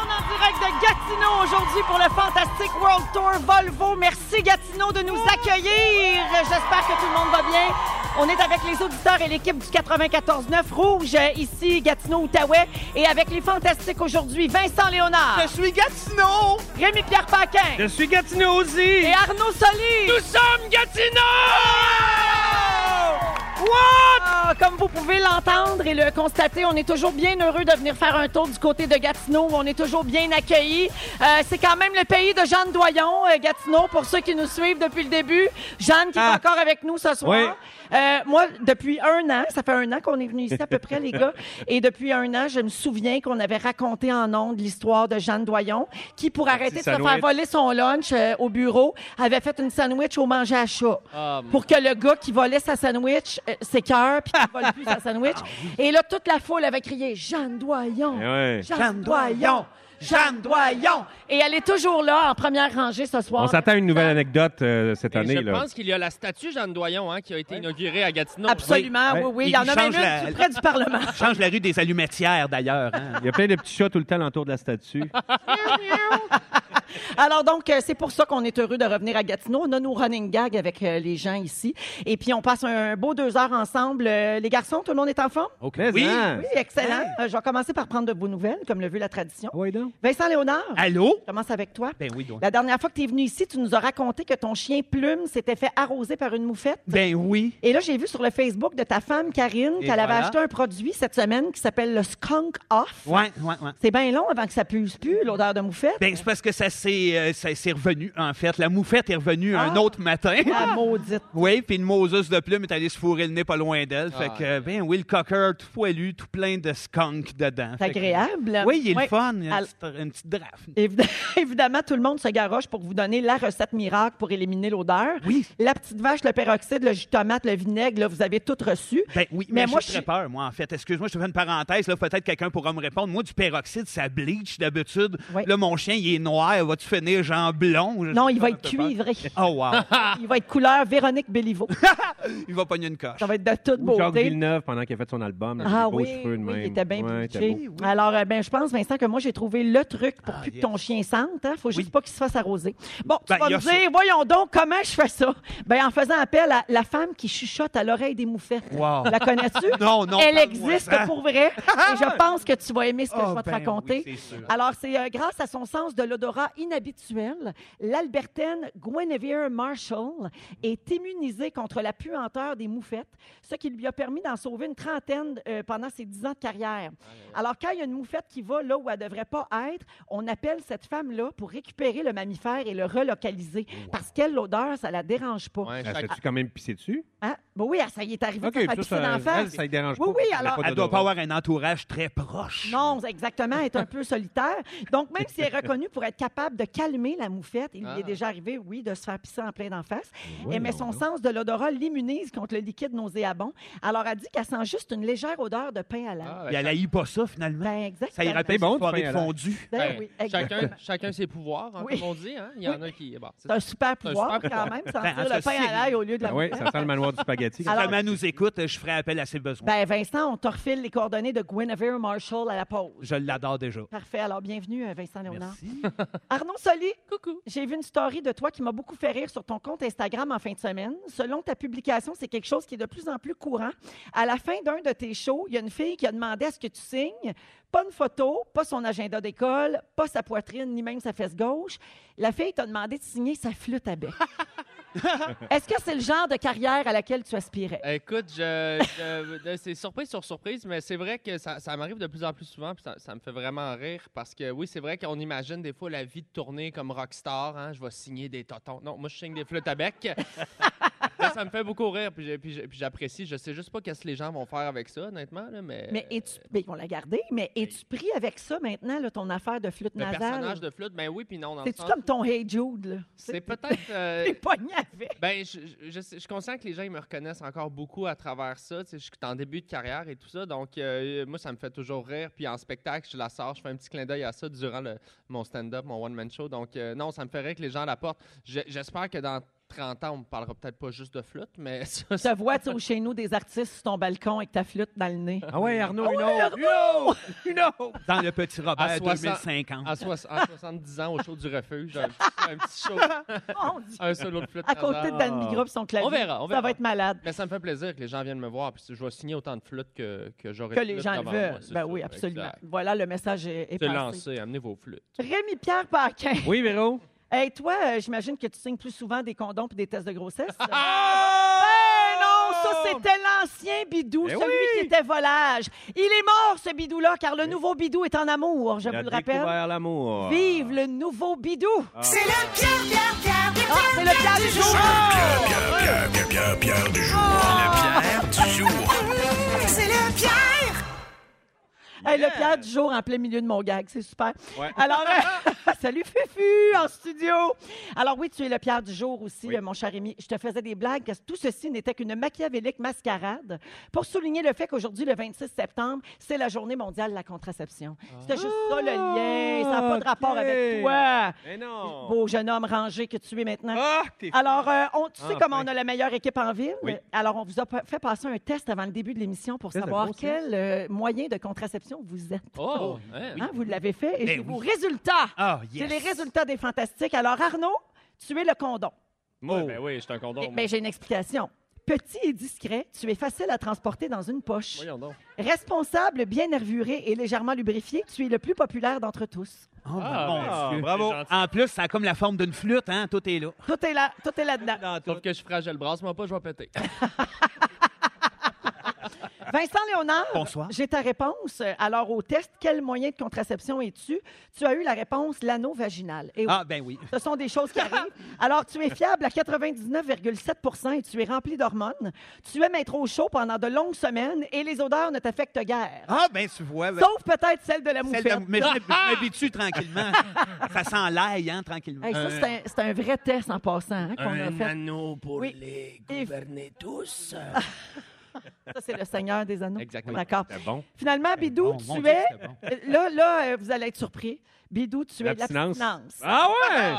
On est en direct de Gatineau aujourd'hui pour le Fantastic World Tour Volvo. Merci Gatineau de nous accueillir. J'espère que tout le monde va bien. On est avec les auditeurs et l'équipe du 94-9 Rouge, euh, ici Gatineau, Outaouais, et avec les fantastiques aujourd'hui, Vincent Léonard, Je suis Gatineau! Rémi-Pierre Paquin Je suis Gatineau aussi! et Arnaud Soli. Nous sommes Gatineau! Ah, Comme vous pouvez l'entendre et le constater, on est toujours bien heureux de venir faire un tour du côté de Gatineau. où On est toujours bien accueillis. Euh, c'est quand même le pays de Jeanne Doyon, euh, Gatineau, pour ceux qui nous suivent depuis le début. Jeanne qui est Ah. encore avec nous ce soir. Oui. Euh, moi, depuis un an, ça fait un an qu'on est venu ici à peu près, les gars, et depuis un an, je me souviens qu'on avait raconté en ondes l'histoire de Jeanne Doyon, qui, pour arrêter de se sandwich. faire voler son lunch euh, au bureau, avait fait une sandwich au manger à chat pour que le gars qui volait sa sandwich euh, s'écœure puis qu'il vole plus sa sandwich. Et là, toute la foule avait crié « Jeanne Doyon! Eh ouais. Jeanne Doyon! Jeanne Doyon! » Et elle est toujours là, en première rangée ce soir. On s'attend à une nouvelle anecdote euh, cette Et année. je là. pense qu'il y a la statue Jeanne Doyon hein, qui a été inaugurée à Gatineau. Absolument, oui, Oui. oui. Il Il y en a même change une la- tout près du Parlement. Change la rue des allumettières, d'ailleurs. hein. Il y a plein de petits chats tout le temps autour de la statue. Alors donc, euh, c'est pour ça qu'on est heureux de revenir à Gatineau. On a nos running gags avec euh, les gens ici. Et puis, on passe un beau deux heures ensemble. Euh, les garçons, tout le monde est en forme? OK. Oui. hein? Oui, excellent. Hein? Euh, je vais commencer par prendre de vos nouvelles, comme le veut la tradition. Oui, Ah donc. Vincent Léonard, Allô? je commence avec toi. Ben oui, donc. La dernière fois que tu es venu ici, tu nous as raconté que ton chien Plume s'était fait arroser par une moufette. Ben oui. Et là, j'ai vu sur le Facebook de ta femme, Karine, qu'elle avait voilà. acheté un produit cette semaine qui s'appelle le Skunk Off. Ouais, ouais, ouais. C'est bien long avant que ça puisse plus, l'odeur de moufette. Ben, c'est parce que ça s'est euh, ça s'est revenu, en fait. La moufette est revenue un Ah. autre matin. Ah, maudite. Oui, puis une Moses de plume est allée se fourrer le nez pas loin d'elle. Fait que, ben oui, le cocker tout poilu, tout plein de skunk dedans. C'est Fait que- agréable. Oui, il est Ouais. le fun. Il y a Al- une petite, une petite draft. Évid- Évidemment, tout le monde se garoche pour vous donner la recette miracle pour éliminer l'odeur. Oui. La petite vache, le peroxyde, le jus de tomate, le vinaigre, là, vous avez tout reçu. Ben oui, mais, moi, j'ai je très peur, moi, en fait. Excuse-moi, je te fais une parenthèse. Là, peut-être quelqu'un pourra me répondre. Moi, du peroxyde, ça bleach d'habitude. Ouais. Là, mon chien, il est noir. Vas-tu finir genre blond? Je- Non, j'ai il va comme être un peu peur. cuivré. Oh, wow. Il va être couleur Véronique Béliveau. il va pogner une coche. Ça va être de toute Ou Jacques beauté. Villeneuve pendant qu'il a fait son album. là, Ah des beaux oui, cheveux de oui, même. il était bien Ouais, bleaché. beau. beau. Alors, euh, ben, je pense, Vincent, que moi, j'ai trouvé le truc pour plus yes. que ton chien sente. Hein. faut juste Oui. pas qu'il se fasse arroser. Bon, tu Ben, vas il y me a dire, ça. voyons donc, comment je fais ça? Ben, en faisant appel à la femme qui chuchote à l'oreille des moufettes. Wow. La connais-tu? Non, non, Elle parle-moi existe ça. pour vrai. Et je pense que tu vas aimer ce que Oh, je vais te ben raconter. oui, c'est sûr. Alors, c'est euh, grâce à son sens de l'odorat inhabituel, l'Albertaine Guinevere Marshall est immunisée contre la puanteur des moufettes, ce qui lui a permis d'en sauver une trentaine euh, pendant ses dix ans de carrière. Alors, quand il y a une moufette qui va là où elle ne devrait pas être, on appelle cette femme-là pour récupérer le mammifère et le relocaliser, parce qu'elle, l'odeur, ça la dérange pas. Ouais, Elle chaque- s'est-tu quand même pissé dessus? Hein? Ben oui, ça y est arrivé. OK, ça m'a puis pissé ça, d'en ça, face. elle, ça ne dérange Oui, pas. oui, Elle a alors- Elle doit d'odorat. pas avoir un entourage très proche. Non, exactement. Elle est un peu solitaire. Donc, même si elle est reconnue pour être capable de calmer la moufette, il lui est Ah. déjà arrivé, oui, de se faire pisser en plein d'en face. Et mais son sens de l'odorat l'immunise contre le liquide nauséabond. Alors, elle dit qu'elle sent juste une légère odeur de pain à l'ail. Ah, Il ben, a la pas ça, finalement. Ben, exactement. Ça irait C'est peut-être bon, bon, du pain soirée à de l'ail. fondue. Ben ben, oui, exactement. chacun, chacun ses pouvoirs, hein, Oui. comme on dit. hein. Il y en a qui. Bon, c'est C'est un super pouvoir super quand même, Ben, sentir en le ceci, pain à l'ail au lieu de la Ben oui, moufette. ça sent le manoir du spaghetti. Si Alors- jamais elle nous écoute, je ferai appel à ses besoins. Ben, Vincent, on te refile les coordonnées de Guinevere Marshall à la pause. Je l'adore déjà. Parfait. Alors, bienvenue, euh, Vincent Léonard. Merci. Arnaud Soli, Coucou. J'ai vu une story de toi qui m'a beaucoup fait rire sur ton compte Instagram en fin de semaine. Selon ta publication, c'est quelque chose qui est de plus en plus courant. À la fin d'un de tes shows, il y a une fille qui a demandé à ce que tu signes. Pas une photo, pas son agenda d'école, pas sa poitrine, ni même sa fesse gauche. La fille t'a demandé de signer sa flûte à bec. Est-ce que c'est le genre de carrière à laquelle tu aspirais? Écoute, je, je- de- c'est surprise sur surprise, mais c'est vrai que ça, ça m'arrive de plus en plus souvent, puis ça, ça me fait vraiment rire parce que oui, c'est vrai qu'on imagine des fois la vie de tournée comme rockstar. Hein, je vais signer des totons. Non, moi, je signe des flûtes à bec. Là, ça me fait beaucoup rire, puis, j'ai- puis j'ai- puis j'apprécie. Je sais juste pas qu'est-ce que les gens vont faire avec ça, honnêtement. là, mais Mais es-tu. ben, ils vont la garder, mais es-tu pris avec ça maintenant, là, ton affaire de flûte le personnage nasale? de flûte, ben oui, puis non. dans le C'est-tu sens- comme ton Hey Jude, là? C'est peut-être. euh, T'es pogné avec. ben, je, je- je sais- je suis conscient que les gens ils me reconnaissent encore beaucoup à travers ça. Tu sais, Je suis en début de carrière et tout ça. Donc, euh, moi, ça me fait toujours rire. Puis en spectacle, je la sors, je fais un petit clin d'œil à ça durant le- mon stand-up, mon one-man show. Donc, euh, non, ça me fait rire que les gens l'apportent. Je- J'espère que dans 30 ans, on ne parlera peut-être pas juste de flûte, mais ça, Je te vois, tu sais, au chez nous, des artistes sur ton balcon avec ta flûte dans le nez. Ah ouais, Arnaud, une autre. Une autre. Une autre. Dans le petit Robert À 60 2050. Ah. En, soix- en 70 ans, au show du refuge, un petit, un petit show, Oh, Mon Dieu! un solo de flûte. À par côté de an. Danny Group, son clavier. On verra, on Ça verra. va être malade. Mais ça me fait plaisir que les gens viennent me voir. Puis je vais signer autant de flûtes que, que j'aurai Que de les flûtes gens le devant moi, veulent. c'est Ben ça, oui, absolument. exact. Voilà, le message est, est C'est passé. lancé, amenez vos flûtes. Rémi-Pierre Paquin. Oui, Véro. Hey, toi, euh, j'imagine que tu signes plus souvent des condoms et des tests de grossesse. Ah! Ben non, ça c'était l'ancien bidou, Ben celui oui! qui était volage. Il est mort ce bidou-là, car le nouveau bidou est en amour, je Il a vous le rappelle. découvert l'amour. Vive le nouveau bidou! C'est le Pierre, Pierre, Pierre, Ah, c'est le Pierre du jour! Ah, Pierre, Pierre, Pierre, Pierre du jour. Le Pierre du jour. Ah. C'est le Pierre. Hey, le Pierre du jour en plein milieu de mon gag, c'est super. Ouais. Alors, euh, salut Fufu en studio. Alors oui, tu es le Pierre du jour aussi, Oui. euh, mon cher Rémi. Je te faisais des blagues. parce que Tout ceci n'était qu'une machiavélique mascarade pour souligner le fait qu'aujourd'hui, le 26 septembre, c'est la journée mondiale de la contraception. C'était juste ça le lien. Ça n'a pas de rapport ok. avec toi. Mais non. Beau jeune homme rangé que tu es maintenant. Ah, t'es Alors, euh, on, tu sais Enfin. comment on a la meilleure équipe en ville? Oui. Alors, on vous a pa- fait passer un test avant le début de l'émission pour Test de savoir grossesse. quel euh, moyen de contraception vous êtes. Oh, hein. Hein, vous l'avez fait et Ben j'ai oui. vos résultats. Ah, yes. J'ai les résultats des fantastiques. Alors, Arnaud, tu es le condom. Ouais, ben oui, je suis un condom. Mais moi. j'ai une explication. Petit et discret, tu es facile à transporter dans une poche. Voyons donc. Responsable, bien nervuré et légèrement lubrifié, tu es le plus populaire d'entre tous. Oh, ben, Ah, mon ben, Dieu. c'est Bravo. gentil. En plus, ça a comme la forme d'une flûte, hein? Tout est là. Tout est là, tout est là-dedans. dans Sauf tout. que je suis fragile, brasse-moi pas, je vais péter. Vincent Léonard, Bonsoir. j'ai ta réponse. Alors, au test, quel moyen de contraception es-tu? Tu as eu la réponse l'anneau vaginal. Et oui, Ah, ben oui. Ce sont des choses qui arrivent. Alors, tu es fiable à 99,7 et tu es rempli d'hormones. Tu aimes être au chaud pendant de longues semaines et les odeurs ne t'affectent guère. Ah, ben tu vois. ben, Sauf peut-être celle de la celle moufette. de- mais je m'hab- je m'habitue tranquillement. ça sent l'ail, hein, tranquillement. Ah, Hey, ça, c'est un, c'est un vrai test en passant hein, qu'on a fait. anneau pour Oui. les Et- tous. Ça, c'est le Seigneur des Anneaux. Exactement. D'accord. C'était bon. Finalement, Bidou, bon, mon tu Dieu, es... c'était bon. Là, là, euh, vous allez être surpris. Bidou, tu es L'abstinence. l'abstinence. Ah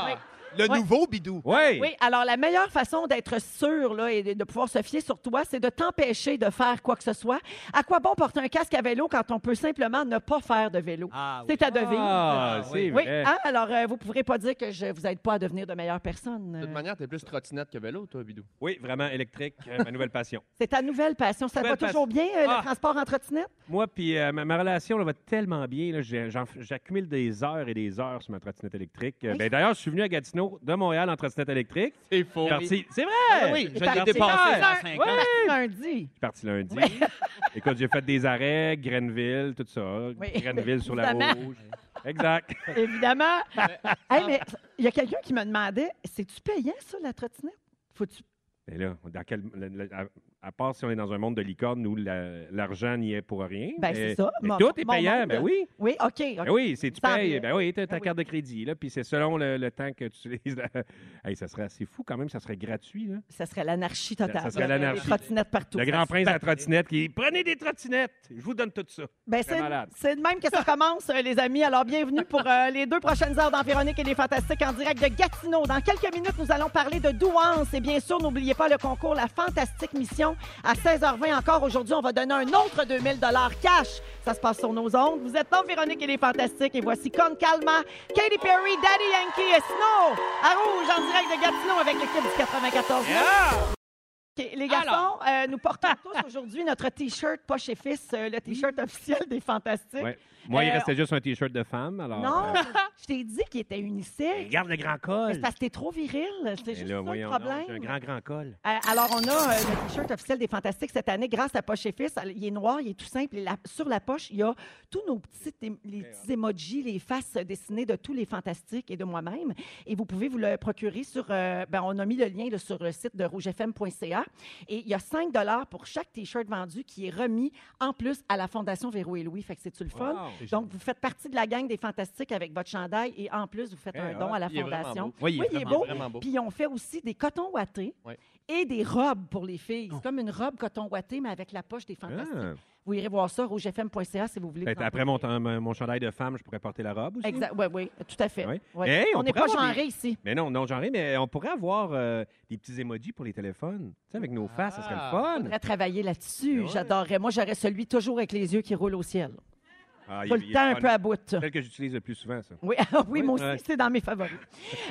ouais. Le Ouais. nouveau bidou. Ouais. Oui, alors la meilleure façon d'être sûr là, et de de pouvoir se fier sur toi, c'est de t'empêcher de faire quoi que ce soit. À quoi bon porter un casque à vélo quand on peut simplement ne pas faire de vélo? Ah, c'est ta devise. Ah, Ah, c'est oui, vrai. hein, alors euh, vous ne pourrez pas dire que je vous aide pas à devenir de meilleures personnes. De toute Euh, manière, t'es plus trottinette que vélo, toi, Bidou. Oui, vraiment électrique, euh, ma nouvelle passion. C'est ta nouvelle passion. Ça te va Nouvelle toujours bien, euh, Ah. le transport en trottinette? Moi, puis euh, ma, ma relation, là, va tellement bien. là, j'ai- j'en- J'accumule des heures et des heures sur ma trottinette électrique. Euh, Oui. ben, D'ailleurs, je suis venu à Gatineau de Montréal en trottinette électrique. C'est faux. Parti- C'est vrai! Oui, je Ah Parti- l'ai dépassé Ah, dans 5 ouais. ans. Lundi. Je suis parti lundi. Écoute, j'ai fait des arrêts, Grenville, tout ça. Oui. Grenville sur la Évidemment. rouge. Exact. Évidemment. Hey, mais il y a quelqu'un qui me demandait, c'est-tu payant ça, la trottinette? Faut-tu... Mais là, dans quel- le- le- à, à part si on est dans un monde de licorne où la- l'argent n'y est pour rien. Ben, mais- c'est ça. Euh, mais Mon- tout est mon payant, monde, ben là. oui. Oui, OK. ok. Ben oui, c'est tu Sans payes, billet. ben oui, t'as ta Ben oui. carte de crédit, là, puis c'est selon le, le temps que tu utilises. là. Hey, ça serait assez fou quand même, ça serait gratuit, là. Ça serait l'anarchie totale. Ça serait l'anarchie. Des trottinettes partout. Le grand prince à la trottinette qui prenez des trottinettes, je vous donne tout ça. Ben, c'est, malade. c'est de même que ça commence, euh, les amis. Alors, bienvenue pour euh, les deux prochaines heures dans Véronique et les Fantastiques en direct de Gatineau. Dans quelques minutes, nous allons parler de douance. Et bien sûr, n'oubliez pas le concours La Fantastique Mission. À 16h20 encore aujourd'hui, on va donner un autre 2000 cash. Ça se passe sur nos ondes. Vous êtes dans Véronique et les Fantastiques. Et voici Con Calma, Katy Perry, Daddy Yankee et Snow. À Rouge, en direct de Gatineau avec l'équipe du 94. OK, Les garçons, euh, nous portons tous aujourd'hui notre T-shirt Poche et Fils, euh, le T-shirt officiel des Fantastiques. Ouais. Moi, il Euh, restait juste un T-shirt de femme, alors... Non, euh, je t'ai dit qu'il était unisexe. regarde le grand Mais col! C'est parce que t'es trop viril. C'est Mais juste là, ça le voyons donc, problème. j'ai un grand, grand col. Euh, alors, on a euh, le T-shirt officiel des Fantastiques cette année grâce à Poche et Fils. Alors, Il est noir, il est tout simple. Et la- sur la poche, il y a tous nos petits, é- les petits emojis, les faces dessinées de tous les Fantastiques et de moi-même. Et vous pouvez vous le procurer sur... euh, ben, on a mis le lien là, sur le site de rougefm.ca. Et il y a 5 pour chaque T-shirt vendu qui est remis en plus à la Fondation Véro et Louis. Fait que c'est-tu le fun? Donc, vous faites partie de la gang des Fantastiques avec votre chandail et en plus, vous faites Eh, un ah, don à la il est vraiment Fondation. beau. Oui, il est Oui, il est beau. vraiment Oh. beau. Puis, on fait aussi des cotons ouatés Ouais. et des robes pour les filles. C'est comme une robe coton ouaté, mais avec la poche des Fantastiques. Oh. Ah. Vous irez voir ça, rougefm.ca, si vous voulez. Fait, prendre Après mon, temps- mon mon chandail de femme, je pourrais porter la robe aussi. Exact. Oui, oui, tout à fait. Oui. Oui. Hey, on on n'est pourrait pas avoir des- genré ici. Mais non, non, j'en ai, mais on pourrait avoir euh, des petits emojis pour les téléphones. Tu sais, avec nos faces, ça serait le Ah. fun. On travailler là-dessus. Ben Ouais. J'adorerais. Moi, j'aurais celui toujours avec les yeux qui roulent au ciel. Ah, il- Pas il le est temps un fun. peu à bout. C'est celle que j'utilise le plus souvent, ça. Oui, ah oui, moi aussi, Ouais. c'est dans mes favoris.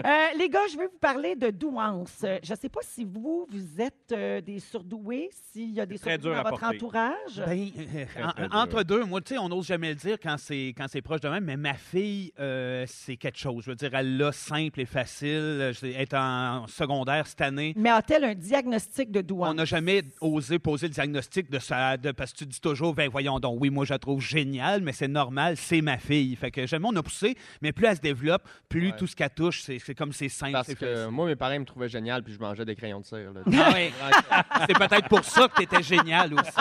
Euh, les gars, je vais vous parler de douance. Euh, Je ne sais pas si vous, vous êtes euh, des surdoués, s'il y a des très surdoués dur dans à votre porter. entourage. Ben, euh, en- très dur. entre deux, moi, tu sais, on n'ose jamais le dire quand c'est quand c'est proche de même, mais ma fille, euh, c'est quelque chose. Je veux dire, elle l'a simple et facile. Euh, Je- Elle est en secondaire cette année. Mais a-t-elle un diagnostic de douance? On n'a jamais osé poser le diagnostic de ça, de, parce que tu dis toujours, ben voyons donc, oui, moi je la trouve géniale, mais c'est normal, c'est ma fille. Fait que jamais on a poussé, mais plus elle se développe, plus Ouais. tout ce qu'elle touche, c'est c'est comme c'est simple. Parce c'est que facile. moi, mes parents ils me trouvaient génial, puis je mangeais des crayons de cire. là. Ah ouais. c'est peut-être pour ça que t'étais génial aussi.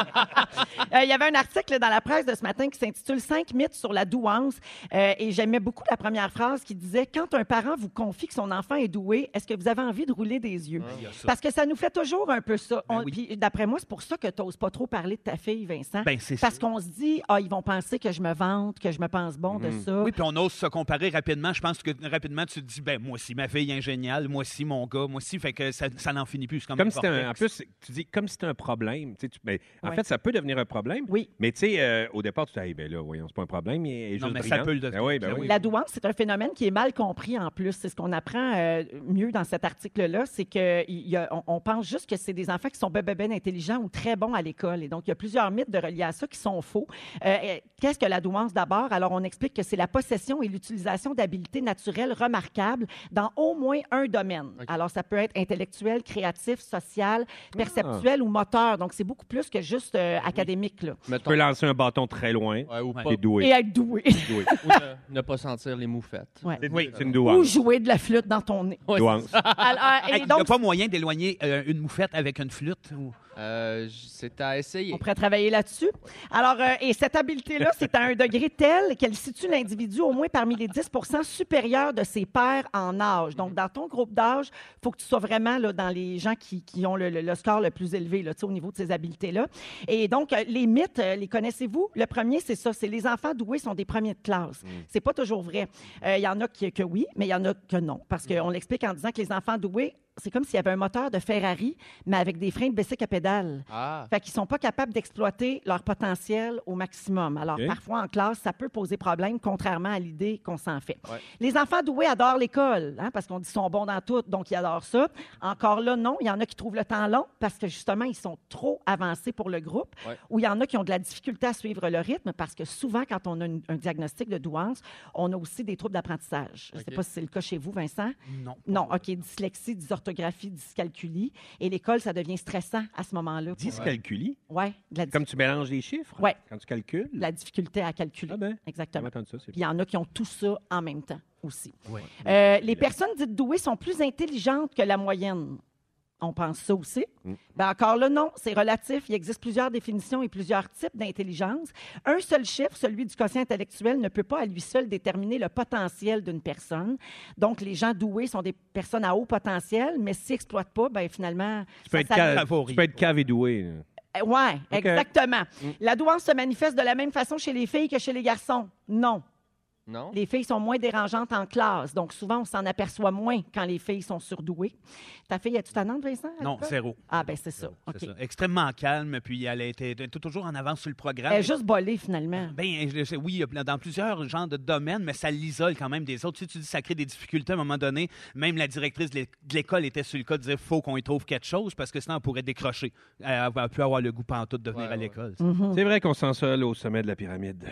Euh, il y avait un article dans la presse de ce matin qui s'intitule « Cinq mythes sur la douance Euh, et j'aimais beaucoup la première phrase qui disait « Quand un parent vous confie que son enfant est doué, est-ce que vous avez envie de rouler des yeux? Il y a Ah, ça. Parce que ça nous fait toujours un peu ça. Ben On- oui. puis D'après moi, c'est pour ça que tu n'oses pas trop parler de ta fille, Vincent. Ben, c'est parce sûr. qu'on se dit, ah, ils vont penser que je me vante, que je me pense bon de ça. Mm. Oui, puis on ose se comparer rapidement. Je pense que rapidement, tu te dis, ben moi aussi, ma fille est géniale, moi aussi, mon gars, moi aussi, fait que ça, ça n'en finit plus. C'est Comme, Comme un si c'était un, en vortex. plus, c'est- tu dis comme si c'était un problème. tu sais, tu- mais en Ouais. fait, ça peut devenir un problème. Oui. Mais tu sais, euh, au départ, tu t'arrives ben là, voyons, c'est pas un problème. Il est juste Non, mais ça brillant. peut le devenir. Ben oui, ben Ben oui. oui. La douance, c'est un phénomène qui est mal compris en plus. C'est ce qu'on apprend euh, mieux dans cet article-là, c'est que il y a- on, on pense juste que c'est des enfants qui sont ben, ben, ben intelligents ou très bons à l'école. Et donc, il y a plusieurs mythes de reliés à ça qui sont faux. Euh, euh, Qu'est-ce que la douance d'abord? Alors, on explique que c'est la possession et l'utilisation d'habiletés naturelles remarquables dans au moins un domaine. OK. Alors, ça peut être intellectuel, créatif, social, perceptuel ou moteur. Donc, c'est beaucoup plus que juste euh, académique. Là. Tu peux lancer un bâton très loin. Ouais, ou, Ouais. pas- T'es doué. Et être doué. doué. ou ne, ne pas sentir les moufettes. Euh, Ouais. C'est- Oui. C'est une Ou douance. jouer de la flûte dans ton nez. Ouais, Douance. Alors, euh, Hey, et Il n'y a donc, pas moyen d'éloigner euh, une moufette avec une flûte. ou- Euh, j- c'est à essayer. On pourrait travailler là-dessus. Alors, euh, et cette habileté-là, c'est à un degré tel qu'elle situe l'individu au moins parmi les 10 supérieurs de ses pairs en âge. Donc, dans ton groupe d'âge, il faut que tu sois vraiment là, dans les gens qui, qui ont le, le- le score le plus élevé là, tu sais, au niveau de ces habiletés-là. Et donc, euh, les mythes, euh, les connaissez-vous? Le premier, c'est ça, c'est les enfants doués sont des premiers de classe. C'est pas toujours vrai. Euh, Il y en a qui- que oui, mais il y en a que non. Parce qu'on l'explique en disant que les enfants doués, c'est comme s'il y avait un moteur de Ferrari, mais avec des freins de bicycle à pédale. Ah, Fait qu'ils sont pas capables d'exploiter leur potentiel au maximum. Alors, OK. parfois, en classe, ça peut poser problème, contrairement à l'idée qu'on s'en fait. Ouais. Les enfants doués adorent l'école, hein, parce qu'on dit qu'ils sont bons dans tout, donc ils adorent ça. Encore là, non, il y en a qui trouvent le temps long parce que, justement, ils sont trop avancés pour le groupe. Ouais. Ou il y en a qui ont de la difficulté à suivre le rythme parce que souvent, quand on a une- un diagnostic de douance, on a aussi des troubles d'apprentissage. Je sais OK. pas si c'est le cas chez vous, Vincent. Non. Non, OK, dyslexie, dysorthographie, dyscalculie. Et l'école, ça devient stressant à ce moment-là. pour- Dyscalculie. Ouais, de la Comme tu mélanges les chiffres. Ouais. Quand tu calcules. la difficulté à calculer. Ah ben. J'ai Exactement. entendu ça, c'est Puis il y en a qui ont tout ça en même temps aussi. Ouais. Ben, Euh, les personnes dites douées sont plus intelligentes que la moyenne. On pense ça aussi. Mm. Ben encore là, non, c'est relatif. Il existe plusieurs définitions et plusieurs types d'intelligence. Un seul chiffre, celui du quotient intellectuel, ne peut pas à lui seul déterminer le potentiel d'une personne. Donc, les gens doués sont des personnes à haut potentiel, mais s'ils n'exploitent pas, ben finalement, Tu peux, ça être s'annule. cave, favori. tu peux être cave et doué. là. Euh, Ouais, Ok. exactement. La douance se manifeste de la même façon chez les filles que chez les garçons. Non. non? Les filles sont moins dérangeantes en classe, donc souvent on s'en aperçoit moins quand les filles sont surdouées. Ta fille, est-tu tannante, Vincent? à Non, l'école? zéro. Ah, ben c'est ça. C'est OK. ça. Extrêmement calme, puis elle était toujours en avance sur le programme. Elle est juste bolée, finalement. Ben, je sais, oui, il y a dans plusieurs genres de domaines, mais ça l'isole quand même des autres. Tu, sais, tu dis ça crée des difficultés à un moment donné. Même la directrice de l'é- de l'école était sur le cas de dire faut qu'on y trouve quelque chose parce que sinon on pourrait décrocher. Elle va plus avoir le goût pantoute de venir Ouais, à ouais. l'école. C'est vrai qu'on sent seul au sommet de la pyramide.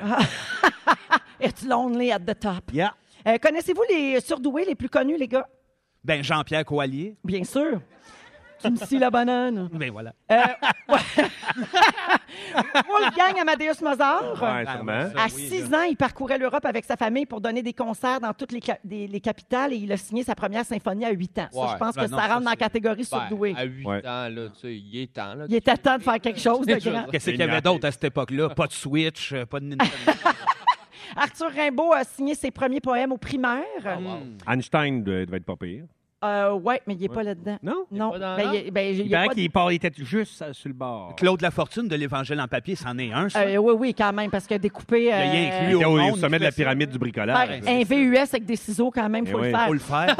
It's lonely at the top. Yeah. Euh, Connaissez-vous les surdoués les plus connus, les gars? Ben, Jean-Pierre Coallier. Bien sûr. Tu me scies la banane. Ben voilà. Euh, ouais. Moi, le gang Amadeus Mozart. Ouais, sûrement. À Oui, six ans, il parcourait l'Europe avec sa famille pour donner des concerts dans toutes les, ca- des- les capitales et il a signé sa première symphonie à huit ans. Ça, Ouais. je pense Ben que non, ça ça, rentre dans la c'est- catégorie surdoué. ben, à 8 Ouais. ans, là, tu sais, il est temps. Là, Il était temps de faire quelque chose de grand. Qu'est-ce qu'il y avait d'autre à cette époque-là? Pas de Switch, euh, pas de Nintendo. Arthur Rimbaud a signé ses premiers poèmes au Ah primaire. Mmh. Einstein de- devait être pas pire. Euh, ouais, mais il n'est pas là-dedans. Non? Non. pas dans Ben, l'ordre? il- ben, il- Il il a paraît pas de- qu'il part- il était juste euh, sur le bord. Claude Lafortune de l'Évangile en papier, c'en est un, ça. Euh, oui, oui, quand même, parce que découpé a rien euh, inclus. Il était au, hein, Au monde, au sommet de il la fait ça. pyramide du par bricolage. un VUS avec des ciseaux, quand même, Eh faut oui. le faire. Faut le faire.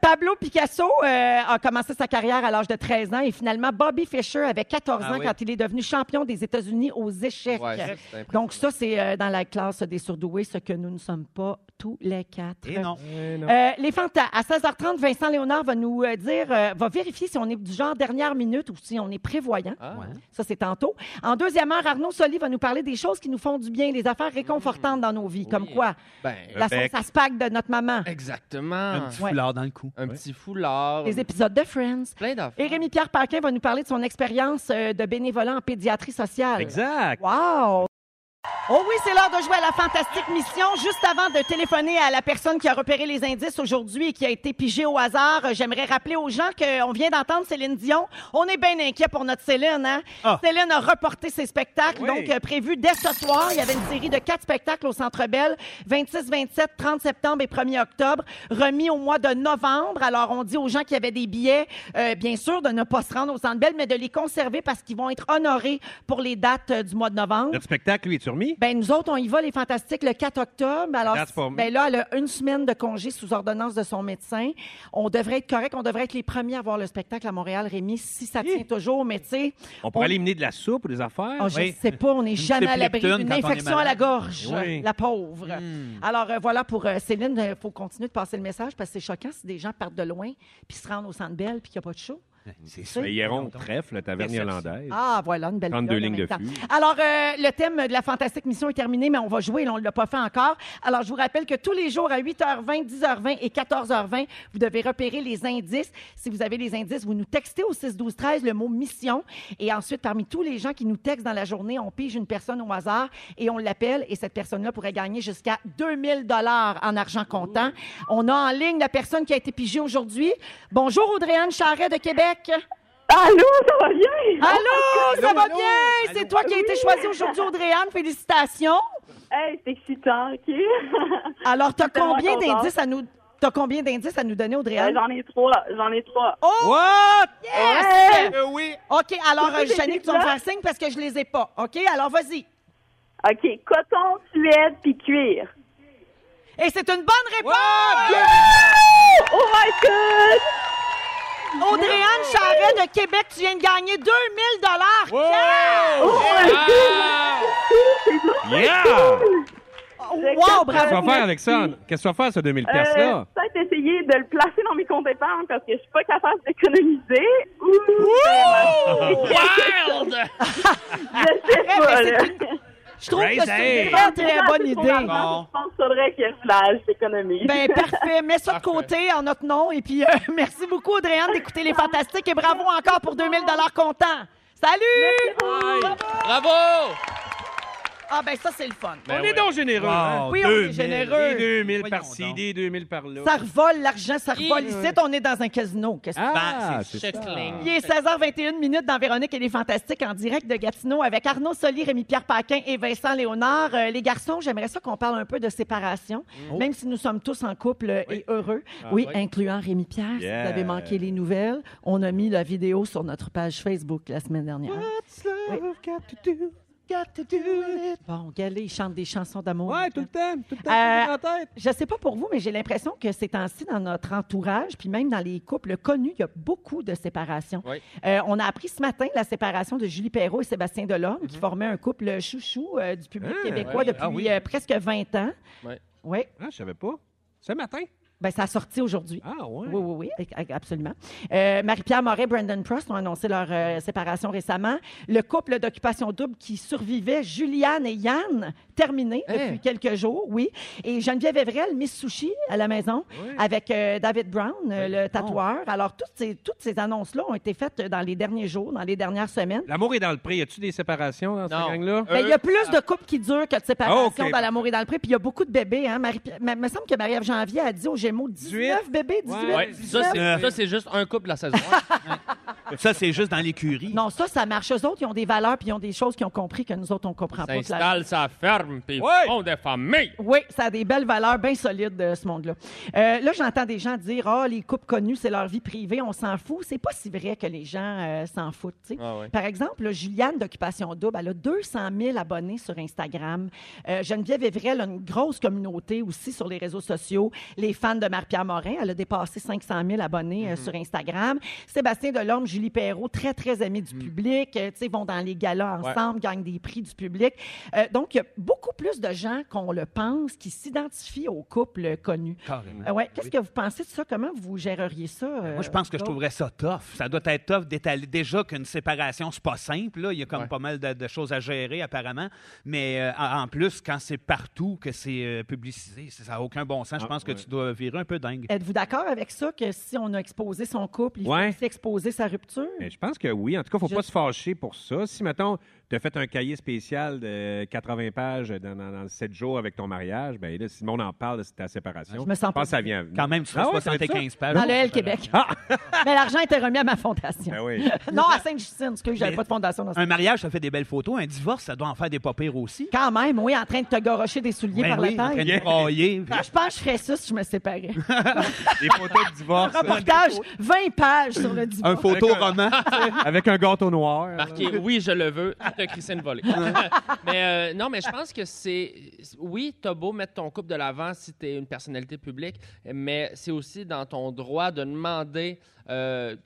Pablo Picasso euh, a commencé sa carrière à l'âge de 13 ans et finalement Bobby Fischer avait 14 ans Ah oui. quand il est devenu champion des États-Unis aux échecs. Ouais, ça, c'est impressionnant. Donc ça, c'est euh, dans la classe des surdoués, ce que nous ne sommes pas tous les quatre. Et non. Euh, les fantas. À 16h30, Vincent Léonard va nous euh, dire, euh, va vérifier si on est du genre dernière minute ou si on est prévoyant. Ah. Ça, c'est tantôt. En deuxième heure, Arnaud Soli va nous parler des choses qui nous font du bien, les affaires réconfortantes dans nos vies, comme quoi Ben, la bec. sauce à spag de notre maman, exactement. Un Euh, Un petit Ouais. foulard dans le cou. petit foulard. les épisodes de Friends. Plein d'affaires. Et Rémi-Pierre Paquin va nous parler de son expérience euh, de bénévolat en pédiatrie sociale. Exact. Wow! Oh oui, c'est l'heure de jouer à la fantastique mission. Juste avant de téléphoner à la personne qui a repéré les indices aujourd'hui et qui a été pigée au hasard, euh, j'aimerais rappeler aux gens qu'on vient d'entendre Céline Dion. On est bien inquiet pour notre Céline. Hein? Ah. Céline a reporté ses spectacles, Oui. donc euh, prévu dès ce soir. Il y avait une série de quatre spectacles au Centre Bell, 26, 27, 30 septembre et 1er octobre, remis au mois de novembre. Alors, on dit aux gens qui avaient des billets, euh, bien sûr, de ne pas se rendre au Centre Bell, mais de les conserver parce qu'ils vont être honorés pour les dates euh, du mois de novembre. Notre spectacle, lui, est-tu remis? Ben, nous autres, on y va, les Fantastiques, le 4 octobre. Alors, That's for me. ben là, elle a une semaine de congé sous ordonnance de son médecin. On devrait être correct. On devrait être les premiers à voir le spectacle à Montréal, Rémi, si ça tient Hi. toujours. Mais tu sais, On pourrait éliminer de la soupe ou des affaires. oh, je Oui. sais pas, on n'est jamais à l'abri petite leptone d'une quand on est infection à la malade. Hmm. gorge. Oui. La pauvre. Alors, euh, voilà pour euh, Céline. Il faut continuer de passer le message parce que c'est choquant si des gens partent de loin puis se rendent au Centre Bell puis qu'il n'y a pas de show. C'est sûr. sûr. Mais Hieron Trèfle, la taverne Perception. irlandaise. Ah, voilà, une belle 32 période en lignes même de temps. fût. Alors, euh, le thème de la fantastique mission est terminé, mais on va jouer, là, on ne l'a pas fait encore. Alors, je vous rappelle que tous les jours à 8h20, 10h20 et 14h20, vous devez repérer les indices. Si vous avez les indices, vous nous textez au 6 12 13 le mot mission. Et ensuite, parmi tous les gens qui nous textent dans la journée, on pige une personne au hasard et on l'appelle. Et cette personne-là pourrait gagner jusqu'à 2000 dollars en argent comptant. On a en ligne la personne qui a été pigée aujourd'hui. Bonjour, Audrey-Anne Charret de Québec. Allô, ça va bien? Allô, ça va allô, bien? C'est toi qui as été choisie aujourd'hui, Audrey-Anne. Félicitations. Hey, c'est excitant, OK? Alors, t'as Je suis tellement combien contente. d'indices à nous... T'as combien d'indices à nous donner, Audrey-Anne? Euh, j'en ai trois, j'en ai trois. Oh, What? yes! Euh, oui. OK, alors, euh, J'ai Jannick, des tu vas me plats. faire signe parce que je les ai pas. OK, alors, vas-y. OK, coton, suède, puis cuir. Et c'est une bonne réponse! Oh my God! Audrey-Anne Charret de Québec, tu viens de gagner 2000 dollars. Oh my Yeah! Wow, Qu'est-ce qu'on bravo! va faire avec ça? Qu'est-ce qu'on va faire, ce 2000 Euh, piastres-là? peut-être essayer de le placer dans mes comptes épargne parce que je suis pas capable d'économiser. Ouh! Ouh! Wild! Je sais pas, Eh, mais là. Je trouve que c'est Crazy. une très, très bonne idée. Je pense qu'il faudrait que je lâche l'économie. Ben parfait, mets ça de côté en notre nom et puis euh, merci beaucoup Audrey-Anne d'écouter les fantastiques et bravo encore pour 2000 dollars comptant. Salut! Bravo! Ah ben ça c'est le fun. on est donc généreux. Wow, hein? Oui, on est 2000, généreux. Des 2000 Voyons par-ci, donc. des 2000 par-là. Ça revole l'argent, ça revole Et- ici, on est dans un casino. Qu'est-ce que- Ah, Ben, c'est c'est ça. Chuckling. Il est 16h21 minutes dans Véronique et les Fantastiques en direct de Gatineau avec Arnaud Soli, Rémi-Pierre Paquin et Vincent Léonard. Euh, les garçons, j'aimerais ça qu'on parle un peu de séparation, Oh. même si nous sommes tous en couple euh, et heureux. oui, incluant Rémi-Pierre. Si Ah, Yeah. vous avez manqué les nouvelles, on a mis la vidéo sur notre page Facebook la semaine dernière. Bon, Galé, il chante des chansons d'amour. Ouais, tout le temps, tout le temps, Euh, tout le temps en tête. Je sais pas pour vous, mais j'ai l'impression que ces temps-ci, dans notre entourage, puis même dans les couples connus, il y a beaucoup de séparations. Oui. Euh, on a appris ce matin la séparation de Julie Perrault et Sébastien Delorme, qui formaient un couple chouchou euh, du public Ah, québécois oui. depuis Ah oui. euh, presque 20 ans. Ouais. Oui. Ah, je savais pas. Ce matin? Ben, ça a sorti aujourd'hui. Ah, ouais. Oui, oui, oui, a- a- absolument. Euh, Marie-Pierre Moret et Brandon Prost ont annoncé leur euh, séparation récemment. Le couple d'occupation double qui survivait, Juliane et Yann, terminé Hein? depuis quelques jours, oui. Et Geneviève Evrel, Miss Sushi à la maison, Ah, avec euh, David Brown, euh, Oh. le tatoueur. Alors, toutes ces, toutes ces annonces-là ont été faites dans les derniers jours, dans les dernières semaines. L'amour est dans le prix. Y a-tu des séparations dans Non. cette gang-là? Ben, Il y a plus de couples qui durent que de séparations Euh, Ah, ok. dans l'amour et dans le prix. Puis il y a beaucoup de bébés. Hein? Marie- ma- me semble que Marie-Ève Janvier a dit au Gémeaux 19 bébés, 18, Ouais, ça, 19. Ben, c'est- ça, c'est juste un couple la saison. un. Ça, c'est juste dans l'écurie. Non, ça, ça marche. Eux autres, ils ont des valeurs puis ils ont des choses qu'ils ont compris que nous autres, on comprend pas. clairement. S'installe sa ferme, puis ils Ouais. font des familles. Oui, ça a des belles valeurs bien solides, de ce monde-là. Euh, là, j'entends des gens dire Ah, les couples connus, c'est leur vie privée, on s'en fout. C'est pas si vrai que les gens euh, s'en foutent. tu sais. Ah ouais. Par exemple, là, Juliane d'Occupation Double, elle a 200 000 abonnés sur Instagram. Euh, Geneviève Evrel a une grosse communauté aussi sur les réseaux sociaux. Les fans de Marie-Pierre Morin, elle a dépassé 500 000 abonnés Mm-hmm. euh, sur Instagram. Sébastien Delorme, Julie Perrault, très, très amis Mm. du public, euh, tu sais, vont dans les galas ensemble, gagnent des prix du public. Euh, donc, il y a beaucoup plus de gens qu'on le pense qui s'identifient aux couples connus. Carrément. Ben, Euh, ouais. Qu'est-ce que vous pensez de ça? Comment vous géreriez ça? euh, Moi, je pense que je donc? trouverais ça tough. Ça doit être tough d'étaler. Déjà qu'une séparation, c'est pas simple. Là. Il y a comme Ouais. pas mal de, de choses à gérer, apparemment. Mais euh, en en plus, quand c'est partout que c'est euh, publicisé, ça n'a aucun bon sens. je Ah, pense que ouais. tu dois virer un peu dingue. Êtes-vous d'accord avec ça que si on a exposé son couple, il Ouais. faut aussi exposer sa rupture? Mais Ben, je pense que oui. En tout cas, faut Je- pas se fâcher pour ça. Si, mettons, tu as fait un cahier spécial de 80 pages dans, dans, 7 jours avec ton mariage, ben là, si le monde en parle de ta séparation, Je me sens pense pas que ça vient. Quand même, tu fais Ah ouais, ça va être Ah! 75 pages. Dans le L Québec. Ah! Mais l'argent était remis à ma fondation. Ben oui. Non, à Sainte-Justine, parce que j'avais Mais- pas de fondation dans ce Un mariage, ça fait des belles photos. Un divorce, ça doit en faire des pas pires aussi. Quand même, oui, en train de te gorocher des souliers Ben par oui, la en train taille. de brailler, puis- Ah, Je pense que je ferais ça si je me séparais. Des photos de divorce. euh, Reportage, 20 pages sur le divorce. un photo-roman. avec un gâteau noir. Marqué oui, je le veux, de Christine Volée. mais euh, non, mais je pense que c'est. Oui, t'as beau mettre ton couple de l'avant si t'es une personnalité publique, mais c'est aussi dans ton droit de demander euh,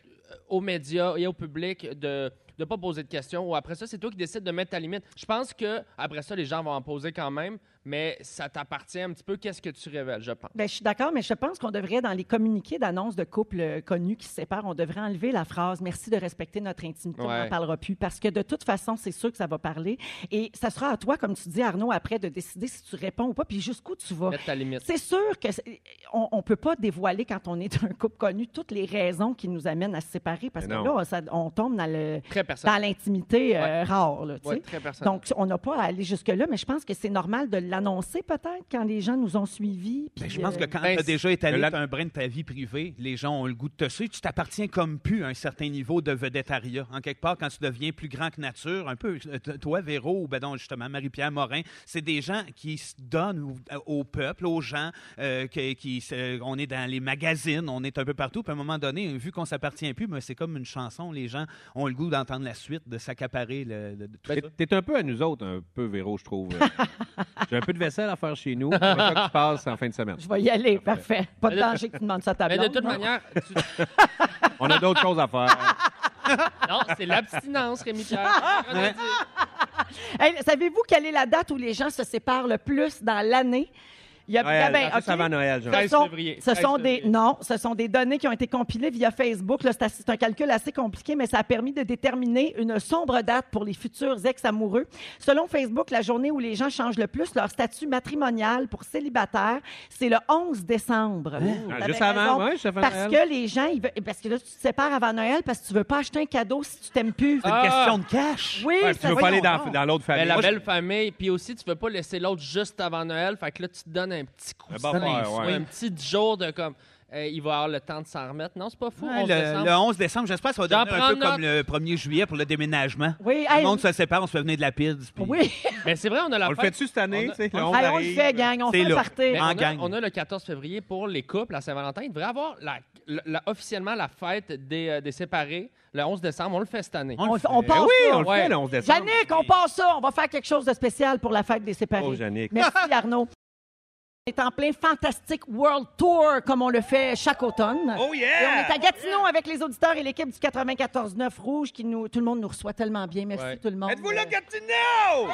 aux médias et au public de de pas poser de questions ou après ça c'est toi qui décides de mettre ta limite. Je pense que après ça les gens vont en poser quand même, mais ça t'appartient un petit peu qu'est-ce que tu révèles, je pense. Ben, je suis d'accord, mais je pense qu'on devrait, dans les communiqués d'annonces de couples euh, connus qui se séparent, on devrait enlever la phrase Merci de respecter notre intimité, on n'en Ouais. parlera plus. Parce que de toute façon, c'est sûr que ça va parler. Et ça sera à toi, comme tu dis, Arnaud, après, de décider si tu réponds ou pas, puis jusqu'où tu vas. Mettre ta limite. Oh. C'est sûr que c'est- on, on peut pas dévoiler quand on est un couple connu toutes les raisons qui nous amènent à se séparer parce que Mais non. là ça- on tombe dans le Très dans personnel. l'intimité euh, Ouais. rare là, tu Ouais, sais. très personnel. Donc on n'a pas à aller jusque là, mais je pense que c'est normal de l'annoncer peut-être quand les gens nous ont suivis. Ben, puis, je pense euh, que quand ben, tu as déjà étalé la- un brin de ta vie privée, les gens ont le goût de te suivre. Tu t'appartiens comme plus à un certain niveau de vedettariat. En quelque part, quand tu deviens plus grand que nature, un peu, euh, t- toi, Véro, ou ben non, justement, Marie-Pierre Morin, c'est des gens qui se donnent au, euh, au peuple, aux gens, euh, que- qui, se- on est dans les magazines, on est un peu partout. Puis à un moment donné, vu qu'on s'appartient plus, ben, c'est comme une chanson, les gens ont le goût d'entendre la suite, de s'accaparer le, le- de tout T'es- Ben, ça. T'es un peu à nous autres, un peu, Véro, je trouve. J'ai un peu de vaisselle à faire chez nous. C'est pas ça qui se passe en fin de semaine. Je vais y aller, parfait. Pas de danger que tu demandes ça à ta Mais blonde. de toute non? manière, tu- On a d'autres choses à faire. non, c'est l'abstinence, Rémi Pierre. Hey, Savez-vous quelle est la date où les gens se séparent le plus dans l'année? Il y a Noël, ben, en plus, OK. avant Noël, genre. 13 Ce sont- février. Ce 13 sont des février. non, ce sont des données qui ont été compilées via Facebook. Là, C'est assez- c'est un calcul assez compliqué, mais ça a permis de déterminer une sombre date pour les futurs ex-amoureux. Selon Facebook, la journée où les gens changent le plus leur statut matrimonial pour célibataire, c'est le 11 décembre. Ah, T'avais juste avant, raison. ouais, juste avant Parce Noël. que les gens, ils veulent- parce que là, tu te sépares avant Noël parce que tu veux pas acheter un cadeau si tu t'aimes plus. C'est une Ah! question de cash. Oui, Ouais, puis tu ça- veux pas aller voyons dans, donc. dans l'autre Mais famille. la Moi, je- belle famille, puis aussi, tu veux pas laisser l'autre juste avant Noël, fait que là, tu te donnes un petit coup Un de bon soin, frère, ouais. un petit jour de comme, Hey, il va avoir le temps de s'en remettre. Non, c'est pas fou. Ouais, 11 le, décembre. le 11 décembre, j'espère que ça va J'en devenir un peu prends comme le 1er juillet pour le déménagement. Oui, Tout hey, le monde se sépare, on se fait venir de la pide. puis- oui. Mais c'est vrai, on a la On le fête. fait-tu cette année? On a- tu sais, le on- Hey, On, 11 le arrive. fait, gang, on C'est fait le là. party. Mais En on, a, gang. on a le 14 février pour les couples à Saint-Valentin. Il devrait avoir la- la- la- officiellement la fête des, euh, des séparés le 11 décembre. On le fait cette année. On On, le fait. on Ben passe oui, ça. on le Ouais. fait le 11 décembre. Yannick, on passe ça. On va faire quelque chose de spécial pour la fête des séparés. Oh, Yannick. Merci, Arnaud. On est en plein Fantastic World Tour, comme on le fait chaque automne. Oh Et on yeah! est à Gatineau avec les auditeurs et l'équipe du 94-9 Rouge. Qui nous, tout le hein. monde nous reçoit tellement bien. Merci Ouais. tout le monde. Êtes-vous là, Euh, Gatineau?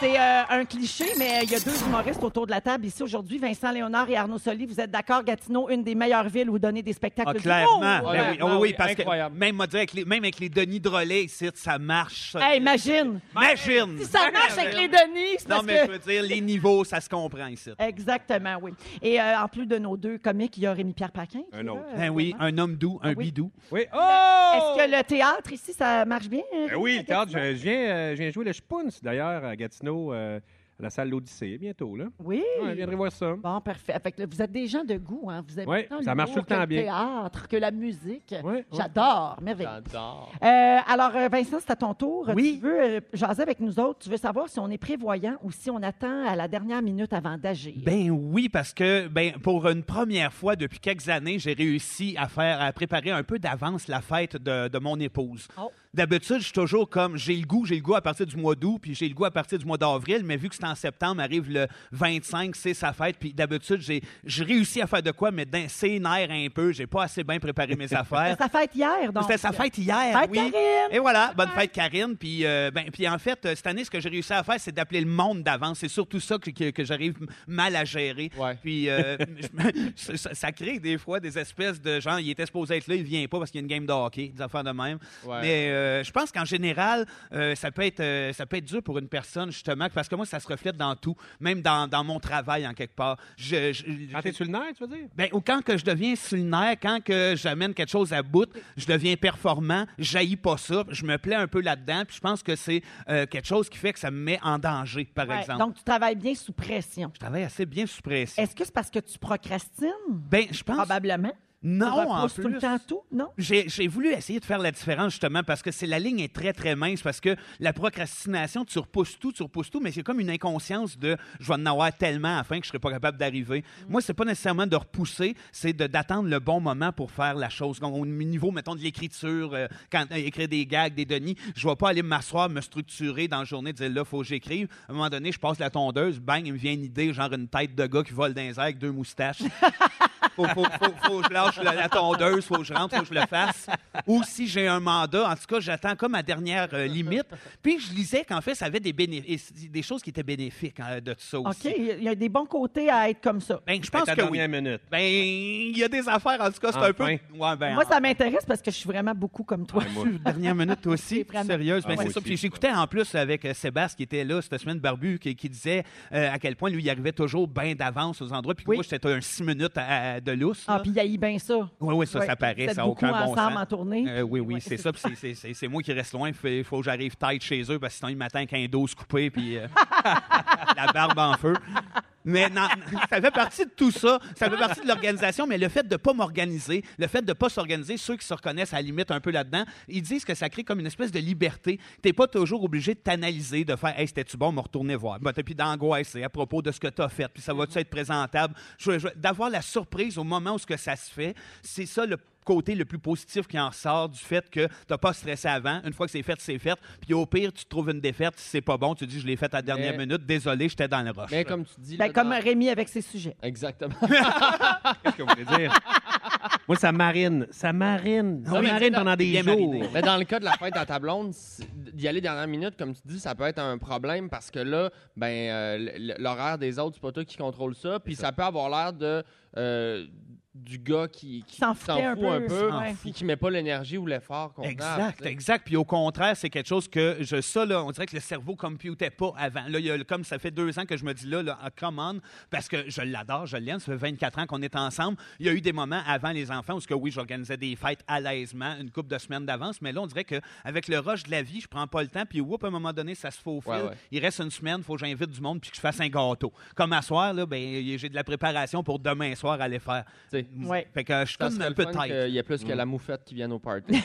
C'est euh, un cliché, mais euh, il y a deux humoristes autour de la table ici aujourd'hui, Vincent Léonard et Arnaud Soli. Vous êtes d'accord, Gatineau, une des meilleures villes où donner des spectacles Ah, d'humour? clairement. Ben oui, Honnêtement, Ah oh oui, oui, parce que incroyable. même, moi, dire avec les, même avec les Denis Drolet ici, ça marche. ça. Hey, imagine! Imagine! Si ça marche avec les Denis, c'est Non, parce mais je que... veux dire, les niveaux, ça se comprend ici. Exactement, oui. Et euh, en plus de nos deux comiques, il y a Rémi-Pierre Paquin. qui Un est là, autre. euh, Ben oui, un homme doux, un Ah oui. bidou. Oui. Oh! Est-ce que le théâtre ici, ça marche bien? hein, Ben oui, Rémi, à le théâtre, Gatineau? je, je viens, euh, je viens jouer le Spoons, d'ailleurs, à Gatineau, euh, à la salle L'Odyssée, bientôt, là. Oui. Ouais, viendrez voir ça. Bon, parfait. Fait que là, vous êtes des gens de goût, hein? Vous aimez Ouais, tant ça marche l'humour tout le temps que bien. théâtre, que la musique. Ouais, J'adore, merveilleux. J'adore. Euh, alors, euh, Vincent, c'est à ton tour. Oui. Tu veux euh, jaser avec nous autres. Tu veux savoir si on est prévoyant ou si on attend à la dernière minute avant d'agir. Ben oui, parce que ben, pour une première fois depuis quelques années, j'ai réussi à faire à préparer un peu d'avance la fête de, de mon épouse. Oh. D'habitude, je suis toujours comme j'ai le goût, j'ai le goût à partir du mois d'août, puis j'ai le goût à partir du mois d'avril, mais vu que c'est en septembre, arrive le 25, c'est sa fête, puis d'habitude, j'ai j'ai réussi à faire de quoi, mais dans ses nerfs un peu, j'ai pas assez bien préparé mes affaires. C'était sa fête hier, donc. C'était sa fête hier, Fête oui. Karine! Et voilà, bonne fête Karine. Puis, euh, ben, puis en fait, euh, cette année, ce que j'ai réussi à faire, c'est d'appeler le monde d'avance. C'est surtout ça que, que, que j'arrive m- mal à gérer. Ouais. Puis euh, je- ça, ça crée des fois des espèces de genre, il était supposé être là, il vient pas parce qu'il y a une game de hockey, des affaires de même. Ouais. Mais euh, je pense qu'en général, euh, ça, peut être, euh, ça peut être dur pour une personne, justement, parce que moi, ça se reflète dans tout, même dans, dans mon travail, en quelque part. Je, je- Quand t'es sur le nerf, tu veux dire? ben, ou quand que je deviens sulaire, quand que j'amène quelque chose à bout, je deviens performant, j'haïs pas ça, je me plais un peu là-dedans, puis je pense que c'est euh, quelque chose qui fait que ça me met en danger, par Ouais, exemple. Donc, tu travailles bien sous pression. je travaille assez bien sous pression. Est-ce que c'est parce que tu procrastines? Ben, je Ah, pense Probablement. Tu non en repousses plus. tout le temps tout, non? J'ai j'ai voulu essayer de faire la différence justement parce que c'est la ligne est très très mince parce que la procrastination tu repousses tout tu repousses tout mais c'est comme une inconscience de je vais en avoir tellement afin que je serai pas capable d'arriver. Moi c'est pas nécessairement de repousser, c'est de- d'attendre le bon moment pour faire la chose. Donc, au niveau mettons de l'écriture euh, quand euh, écrire des gags, des denis, je vais pas aller m'asseoir, me structurer dans la journée dire là faut que j'écrive. À un moment donné, je passe la tondeuse, bang, il me vient une idée genre une tête de gars qui vole dans les airs avec deux moustaches faut, faut, faut, faut que je lâche la, la tondeuse, faut que je rentre, faut que je le fasse. Ou si j'ai un mandat, en tout cas, j'attends comme ma dernière euh, limite. Puis je lisais qu'en fait, ça avait des, bénéfices, des choses qui étaient bénéfiques hein, de tout ça OK, aussi. il y a des bons côtés à être comme ça. Ben, je pense Ta que oui. dernière minute. Ben, il y a des affaires, en tout cas, c'est un peu... Enfin. Ouais, ben, Moi, en- ça m'intéresse parce que je suis vraiment beaucoup comme toi. dernière minute toi aussi, vraiment- sérieuse. Ben, Ah, moi c'est ça. aussi. Puis j'écoutais en plus avec euh, Sébastien qui était là cette semaine, Barbu, qui, qui disait euh, à quel point lui, il arrivait toujours bien d'avance aux endroits. Puis que Oui. moi, j'étais un six minutes à- à- de lousse. Ah, là. puis il haït bien ça. Oui, oui, ça, Ouais, ça vous paraît, êtes ça n'a aucun beaucoup bon ensemble sens. en tournée. Euh, oui, oui, Ouais, c'est c'est ça. puis c'est- c'est- c'est c'est moi qui reste loin. Il faut que j'arrive tête chez eux parce que sinon, ils m'attendent qu'un dos coupé puis euh, la barbe en feu. Mais non, ça fait partie de tout ça. Ça fait partie de l'organisation, mais le fait de ne pas m'organiser, le fait de ne pas s'organiser, ceux qui se reconnaissent à la limite un peu là-dedans, ils disent que ça crée comme une espèce de liberté. Tu n'es pas toujours obligé de t'analyser, de faire Hey, c'était-tu bon, me retourner voir. Ben, t'as plus d'angoisser à propos de ce que tu as fait, puis ça va-tu être présentable. Je- je- D'avoir la surprise au moment où ce que ça se fait, c'est ça le côté le plus positif qui en sort du fait que t'as pas stressé avant. Une fois que c'est fait, c'est fait. Puis au pire, tu trouves une défaite, si c'est pas bon, tu dis je l'ai fait à la dernière Mais- minute, désolé, j'étais dans le rush. Mais comme tu dis. Ben, là, comme dans- Rémi avec ses sujets. Exactement. Qu'est-ce que vous voulez dire? Moi, ça marine. Ça marine. Ça oui, marine c'est pendant des bien jours. mariné. Mais dans le cas de la fête à ta blonde, c'est- d'y aller dernière minute, comme tu dis, ça peut être un problème parce que là, ben euh, l- l'horaire des autres, c'est pas toi qui contrôle ça. Puis ça. peut avoir l'air de euh, du gars qui, qui S'en foutait un fout peu, un peu, s'en puis qui met pas l'énergie ou l'effort qu'on Exact, exact. Puis au contraire, c'est quelque chose que je, ça, là, on dirait que le cerveau computait pas avant. Là, il y a le- comme ça fait deux ans que je me dis là, là ah, come on, parce que je l'adore, je l'aime. Ça fait 24 ans qu'on est ensemble. Il y a eu des moments avant les enfants où, ce que, oui, j'organisais des fêtes à l'aisement, une couple de semaines d'avance, mais là, on dirait qu'avec le rush de la vie, je prends pas le temps. Puis, whoop, à un moment donné, ça se faufile. Ouais, ouais. Il reste une semaine, faut que j'invite du monde puis que je fasse un gâteau. Comme à soir, là, ben, j'ai de la préparation pour demain soir aller faire. Tu sais, Ouais. Fait que je suis Ça comme serait un le peu fun tight. qu'il y a plus Mm. que la moufette qui vient au party.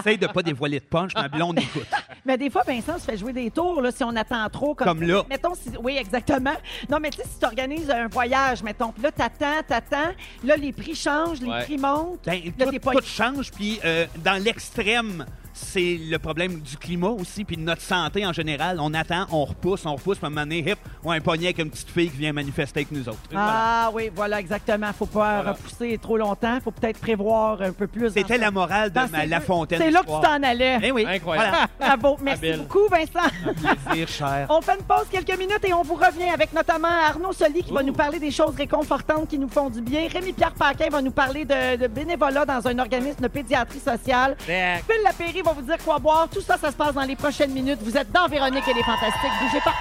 Essaye de pas dévoiler de punch, ma blonde écoute. Mais des fois, Vincent se fait jouer des tours là, si on attend trop. Comme, Comme là. Mettons, si, oui, exactement. Non, mais tu sais, si tu organises un voyage, mettons, puis là, t'attends, t'attends. Là, les prix changent, les Ouais. prix montent. Ben, Là, tout, t'es pas- tout change, puis euh, dans l'extrême, c'est le problème du climat aussi, puis de notre santé en général. On attend, on repousse, on repousse, puis à un moment donné, hip, on a un poignet avec une petite fille qui vient manifester avec nous autres. Ah oui, voilà, exactement. Faut pas repousser trop longtemps. Faut peut-être prévoir un peu plus. C'était la morale de Dans ma- ces La deux- Fontaine. C'est là que tu d'histoire. t'en allais. Eh oui, Incroyable. Bravo. Merci Habile. beaucoup, Vincent. voilà. Plaisir, cher. On fait une pause quelques minutes et on vous revient avec notamment Arnaud Soli qui va nous parler des choses réconfortantes qui nous font du bien. Rémi-Pierre Paquin va nous parler de, de bénévolat dans un organisme de pédiatrie sociale. Phil Lapéry va vous dire quoi boire. Tout ça, ça se passe dans les prochaines minutes. Vous êtes dans Véronique et les Fantastiques. Bougez pas.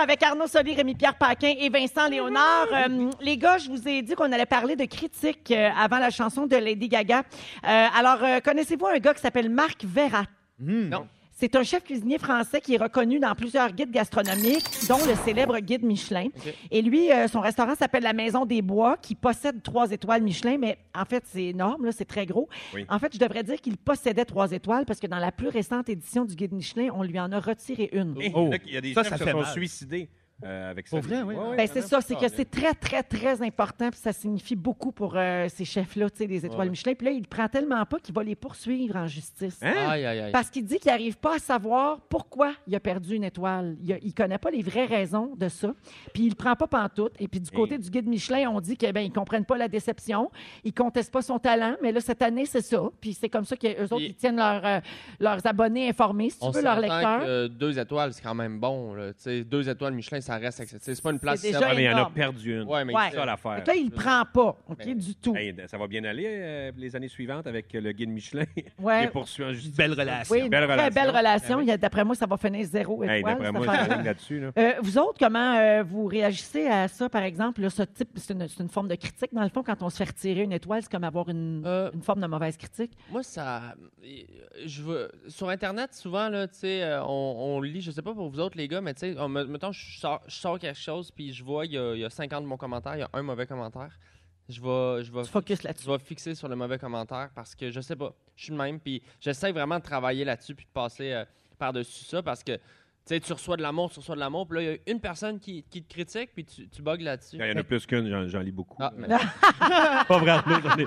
Avec Arnaud Soli, Rémi-Pierre Paquin et Vincent Léonard. Euh, les gars, je vous ai dit qu'on allait parler de critiques euh, avant la chanson de Lady Gaga. Euh, alors, euh, connaissez-vous un gars qui s'appelle Marc Verrat? Non. C'est un chef cuisinier français qui est reconnu dans plusieurs guides gastronomiques, dont le célèbre guide Michelin. Et lui, euh, son restaurant s'appelle La Maison des Bois, qui possède trois étoiles Michelin, mais en fait, c'est énorme, là, c'est très gros. Oui. En fait, je devrais dire qu'il possédait trois étoiles parce que dans la plus récente édition du guide Michelin, on lui en a retiré une. Hey, Oh. là, Il y a des Ça, gens ça qui se fait sont mal. suicidés euh, avec ça. Pour vrai, oui. Ouais, ouais, Ben, quand c'est même. ça, c'est que Ah, c'est très, très, très important, puis ça signifie beaucoup pour euh, ces chefs-là, tu sais, les étoiles Michelin. Puis là, il prend tellement pas qu'il va les poursuivre en justice. Hein? Aïe, aïe, aïe. Parce qu'il dit qu'il n'arrive pas à savoir pourquoi il a perdu une étoile. Il ne connaît pas les vraies raisons de ça. Puis il ne prend pas pantoute. Et puis du côté du guide Michelin, on dit qu'ils ben, ne comprennent pas la déception. Ils ne contestent pas son talent. Mais là, cette année, c'est ça. Puis c'est comme ça qu'eux autres, Et- ils tiennent leurs, euh, leurs abonnés informés, si tu On veux, leurs s'entend lecteurs. que euh, deux étoiles, c'est quand même bon. Là. Tu sais, Deux étoiles Michelin, ça reste accessible. C'est pas une place déjà Ah, célèbre. mais il y en a énorme. perdu une. Ouais, mais Ouais. C'est ça l'affaire. Fait que là, il ne prend pas, OK, Ben, du tout. Hey, ça va bien aller euh, les années suivantes avec euh, le guide Michelin. Ouais. Ben, Les poursuits en justice. Belle relation. Oh. oui, une belle très relation. belle relation. Ah oui. Il y a- D'après moi, ça va finir zéro étoile. Hey, D'après cette moi, affaire-là. je ligne là-dessus. là. Euh, vous autres, comment euh, vous réagissez à ça, par exemple? là, ce type, c'est une, c'est une forme de critique. Dans le fond, quand on se fait retirer une étoile, c'est comme avoir une, Euh, une forme de mauvaise critique. Moi, ça. Je veux... Sur Internet, souvent, là, tu sais, euh, on, on lit, je sais pas pour vous autres, les gars, mais tu sais, on- me- mettons, je sors, je sors quelque chose, puis je vois, il y, a- il y a 50 bons commentaires, il y a un mauvais commentaire. Je vais, je vais Tu focuses là-dessus. je vais fixer sur le mauvais commentaire parce que je sais pas. Je suis de même, puis j'essaie vraiment de travailler là-dessus puis de passer euh, par-dessus ça parce que tu sais, tu reçois de l'amour, tu reçois de l'amour, puis là, il y a une personne qui, qui te critique, puis tu, tu bugs là-dessus. Il y en a plus qu'une, j'en- j'en lis beaucoup. Ah, mais- Pas vraiment, j'en ai-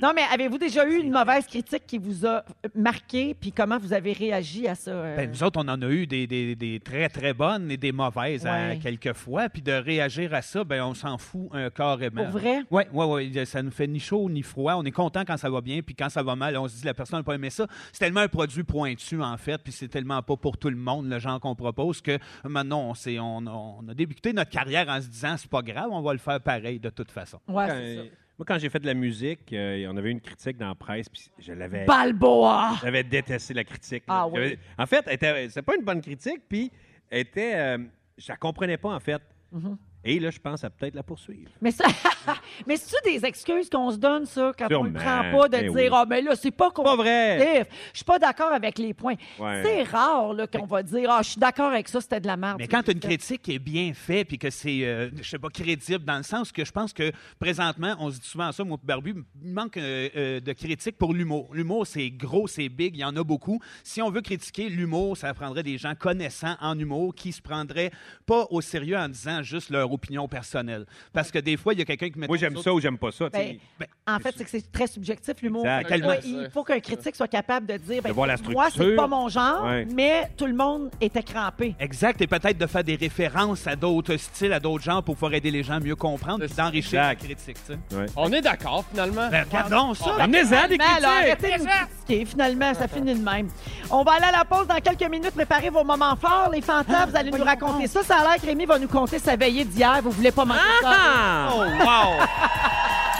Non, mais avez-vous déjà eu une mauvaise critique qui vous a euh, marqué? Puis comment vous avez réagi à ça? euh? Ben, nous autres, on en a eu des, des- des très, très bonnes et des mauvaises à Ouais. quelques fois. Puis de réagir à ça, ben, on s'en fout euh, carrément. Pour vrai? Oui, oui, oui. Ça nous fait ni chaud ni froid. On est content quand ça va bien, puis quand ça va mal, on se dit la personne n'a pas aimé ça. C'est tellement un produit pointu, en fait, puis c'est tellement pas pour tout le monde, le genre qu'on propose, que maintenant, on, s'est- on, on a débuté notre carrière en se disant c'est pas grave, on va le faire pareil de toute façon. Ouais, Quand- Ah, c'est ça. moi, quand j'ai fait de la musique, euh, on avait une critique dans la presse, puis je l'avais. Ben. Balboa! J'avais détesté la critique. là. Bah! Ah oui. J'avais- En fait, elle était- c'était pas une bonne critique, puis elle était. euh, je la comprenais pas, en fait. Mm-hmm. Et là, je pense à peut-être la poursuivre. Mais ça, mais c'est des excuses qu'on se donne ça quand on ne Sûrement. prend pas de ben Eh dire oui. ah mais là c'est pas Pas constructif. vrai! Je suis pas d'accord avec les points. Ouais. C'est rare là qu'on va dire ah je suis d'accord avec ça c'était de la merde. Ben, Mais quand t'as une critique qui est bien faite puis que c'est, euh, je sais pas, crédible, dans le sens que je pense que présentement, on se dit souvent ça, moi, puis Barbu, il manque euh, euh, de critique pour l'humour. L'humour, c'est gros, c'est big, il y en a beaucoup. Si on veut critiquer l'humour, ça prendrait des gens connaissants en humour qui se prendraient pas au sérieux en disant juste leur opinion personnelle. Parce que des fois, il y a quelqu'un qui met. Moi, j'aime ça ou j'aime pas ça. tu sais. Ben, en fait, c'est que c'est très subjectif, l'humour. Exact. Fait que Tellement. toi, Il faut qu'un critique soit capable de dire, ben, De voir la moi, c'est structure. pas mon genre, Ouais. mais tout le monde était crampé. Exact, et peut-être de faire des références à d'autres styles, à d'autres genres pour pouvoir aider les gens à mieux comprendre, puis d'enrichir la Exact. critique. tu sais. On est d'accord, finalement. Ben, regardons ça! Amenez-en des Finalement, alors, critiques! arrêtez de nous critiquer. Finalement, ça finit de même. On va aller à la pause dans quelques minutes. Préparez vos moments forts, les fantasmes. Vous allez nous raconter ça. Ça a l'air que Rémi va nous conter sa veillée d'hier. Vous voulez pas manquer ça? Ah! Oh, wow!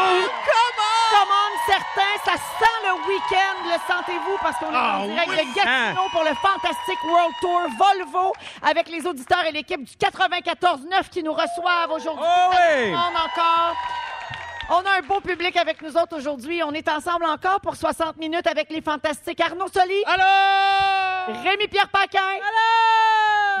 Comme en certains, ça sent le week-end, le sentez-vous, parce qu'on est Ah en direct de hein? Gatineau pour le Fantastic World Tour Volvo avec les auditeurs et l'équipe du 94-9 qui nous reçoivent aujourd'hui. Oh Ça oui! nous demande encore. On a un beau public avec nous autres aujourd'hui. On est ensemble encore pour 60 minutes avec les fantastiques Arnaud Soli, Allô? Rémi-Pierre Paquin,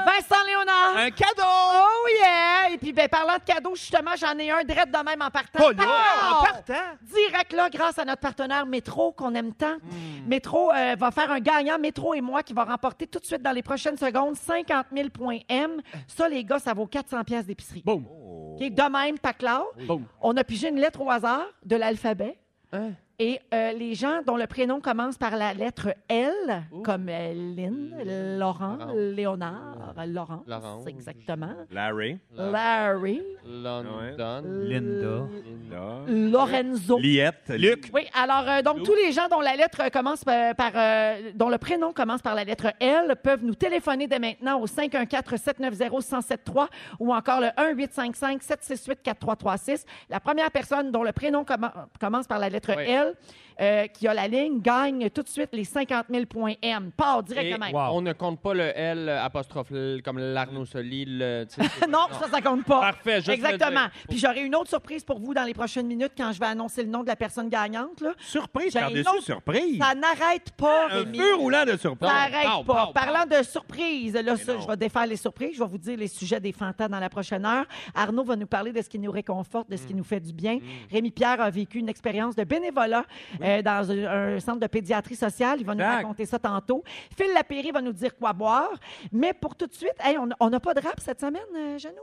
Vincent Léonard. Un cadeau! Oh yeah! Et puis, ben, parlant de cadeaux, justement, j'en ai un direct de même en partant. Oh, là, en Wow! partant! Direct là, grâce à notre partenaire Métro qu'on aime tant. Hmm. Métro euh, va faire un gagnant, Métro et moi, qui va remporter tout de suite dans les prochaines secondes 50 000 points M. Ça, les gars, ça vaut 400 pièces d'épicerie. Boum. Oh! OK, de même, pas clair. Boum. On a pigé une lettre au hasard de l'alphabet. Hein? Et euh, les gens dont le prénom commence par la lettre L, Ouh. comme euh, Lynn, Laurent, Laurent. Léonard, Laurence, Laurence. exactement. Larry. Larry, London. Linda. Là. Lorenzo. Liette. Luc. Oui, alors euh, donc tous les gens dont la lettre commence euh, par euh, dont le prénom commence par la lettre L peuvent nous téléphoner dès maintenant au 514 790 1073 ou encore le 1 855 768 4336. La première personne dont le prénom commen- commence par la lettre Oui. L euh, qui a la ligne gagne tout de suite les 50 000 points M. Part Et directement. on ne compte pas le L apostrophe L comme l'Arnaud Soli. le- tu sais, c'est- Non, ça, ça compte pas. Parfait, juste Exactement. le dire. Puis j'aurai une autre surprise pour vous dans les prochaines minutes quand je vais annoncer le nom de la personne gagnante. Là. Surprise J'ai un par-dessus autre- surprise. Ça n'arrête pas, Un Rémi. feu roulant de surprise. Ça arrête pow, pas. pow, Parlant de surprises, là, ça, non. je vais défaire les surprises. Je vais vous dire les sujets des fantas dans la prochaine heure. Arnaud va nous parler de ce qui nous réconforte, de ce qui nous fait du bien. Rémi Pierre a vécu une expérience de bénévolat euh, dans un, un centre de pédiatrie sociale. Il va nous Tac. raconter ça tantôt. Phil Lapéry va nous dire quoi boire. Mais pour tout de suite, hey, on- on n'a pas de rap cette semaine, euh, Jeannot?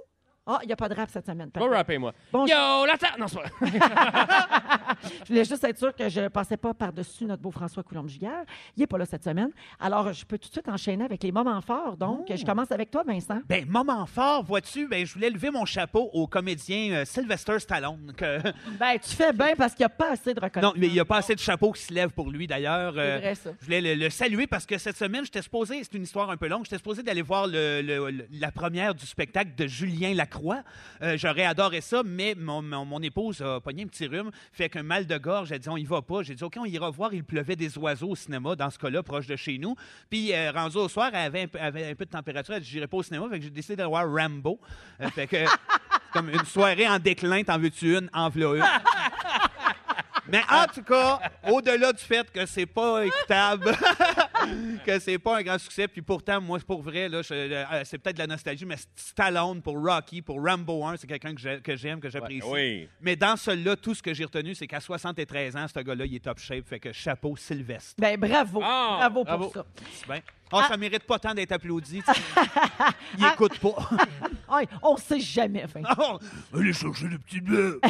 Ah, il n'y a pas de rap cette semaine. Pas rapper, moi. Bon, je- Yo, la terre! Non, c'est pas vrai. Je voulais juste être sûr que je ne passais pas par-dessus notre beau François Coulombe-Giguère. Il n'est pas là cette semaine. Alors, je peux tout de suite enchaîner avec les moments forts. Donc, je commence avec toi, Vincent. Ben, moment fort, vois-tu, ben, je voulais lever mon chapeau au comédien euh, Sylvester Stallone. que- Ben, tu fais bien parce qu'il n'y a pas assez de Non, reconnaissance. mais il n'y a pas assez de chapeaux qui se lèvent pour lui, d'ailleurs. Euh, vrai, ça. Je voulais le, le saluer parce que cette semaine, j'étais supposé, c'est une histoire un peu longue, j'étais supposé d'aller voir le- le- le- la première du spectacle de Julien Lacroix. Euh, J'aurais adoré ça, mais mon, mon- mon épouse a pogné un petit rhume, fait qu'un mal de gorge, elle dit on y va pas. J'ai dit OK, on ira voir, il pleuvait des oiseaux au cinéma, dans ce cas-là, proche de chez nous. Puis, euh, rendu au soir, elle avait un, peu- elle avait un peu de température, elle dit j'irai pas au cinéma, fait que j'ai décidé d'aller voir Rambo. Euh, fait que. c'est Comme une soirée en déclin, t'en veux-tu une, en v'là une. Mais en tout cas, au-delà du fait que c'est pas équitable, que c'est pas un grand succès, puis pourtant, moi, pour vrai, là, je- euh, c'est peut-être de la nostalgie, mais Stallone pour Rocky, pour Rambo 1, c'est quelqu'un que j'ai- que j'aime, que j'apprécie. oui. Mais dans celui-là, tout ce que j'ai retenu, c'est qu'à 73 ans, ce gars-là, il est top shape, fait que chapeau Sylvestre. Ben, bravo. Ah, bravo pour bravo. ça. C'est bien. Ah, ça mérite pas tant d'être applaudi. tu sais. Il écoute pas. Hey, on ne sait jamais. Vincent. Oh, allez chercher le petit bleu.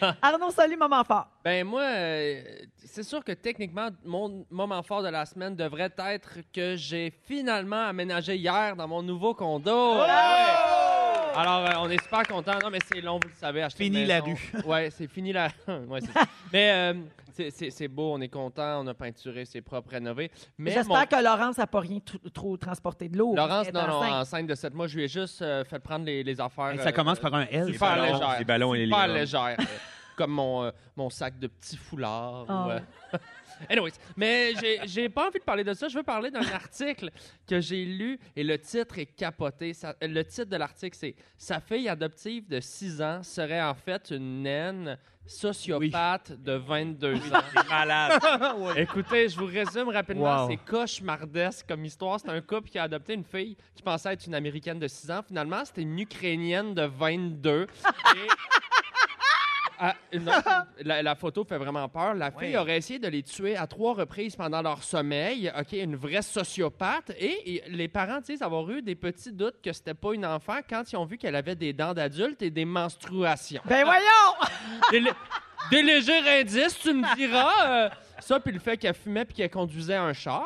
Ah. Arnaud, salut, moment fort. ben, moi, euh, c'est sûr que techniquement, mon moment fort de la semaine devrait être que j'ai finalement aménagé hier dans mon nouveau condo. Ah ouais! Alors, euh, on est super contents. Non, mais c'est long, vous le savez. acheter une Fini la maison. Ouais, c'est fini la ouais, c'est ça. mais euh, c'est- c'est c'est beau, on est content, on a peinturé, c'est propre, rénové. Mais J'espère mon- que Laurence n'a pas rien tr- trop transporté de l'eau. Laurence, Elle est non, non, enceinte. enceinte de 7 mois, je lui ai juste euh, fait prendre les, les affaires. Ça euh, commence par un L. Les Super ballons, légère. les ballons et les Super livrons. légère. euh, comme mon, euh, mon sac de petits foulards. ou, Ah. euh, Anyways, mais j'ai- j'ai pas envie de parler de ça. Je veux parler d'un article que j'ai lu et le titre est capoté. Ça- euh, le titre de l'article, c'est Sa fille adoptive de 6 ans serait en fait une naine sociopathe de 22 ans. Malade. Écoutez, je vous résume rapidement. Wow. C'est cauchemardesque comme histoire. C'est un couple qui a adopté une fille qui pensait être une Américaine de 6 ans. Finalement, c'était une Ukrainienne de 22. Et- Ah, non, la, la photo fait vraiment peur. La fille aurait essayé de les tuer à trois reprises pendant leur sommeil. OK, une vraie sociopathe. Et, et les parents disent avoir eu des petits doutes que c'était pas une enfant quand ils ont vu qu'elle avait des dents d'adulte et des menstruations Ben voyons! des, lé- des légers indices, tu me diras. euh, ça, puis le fait qu'elle fumait puis qu'elle conduisait un char.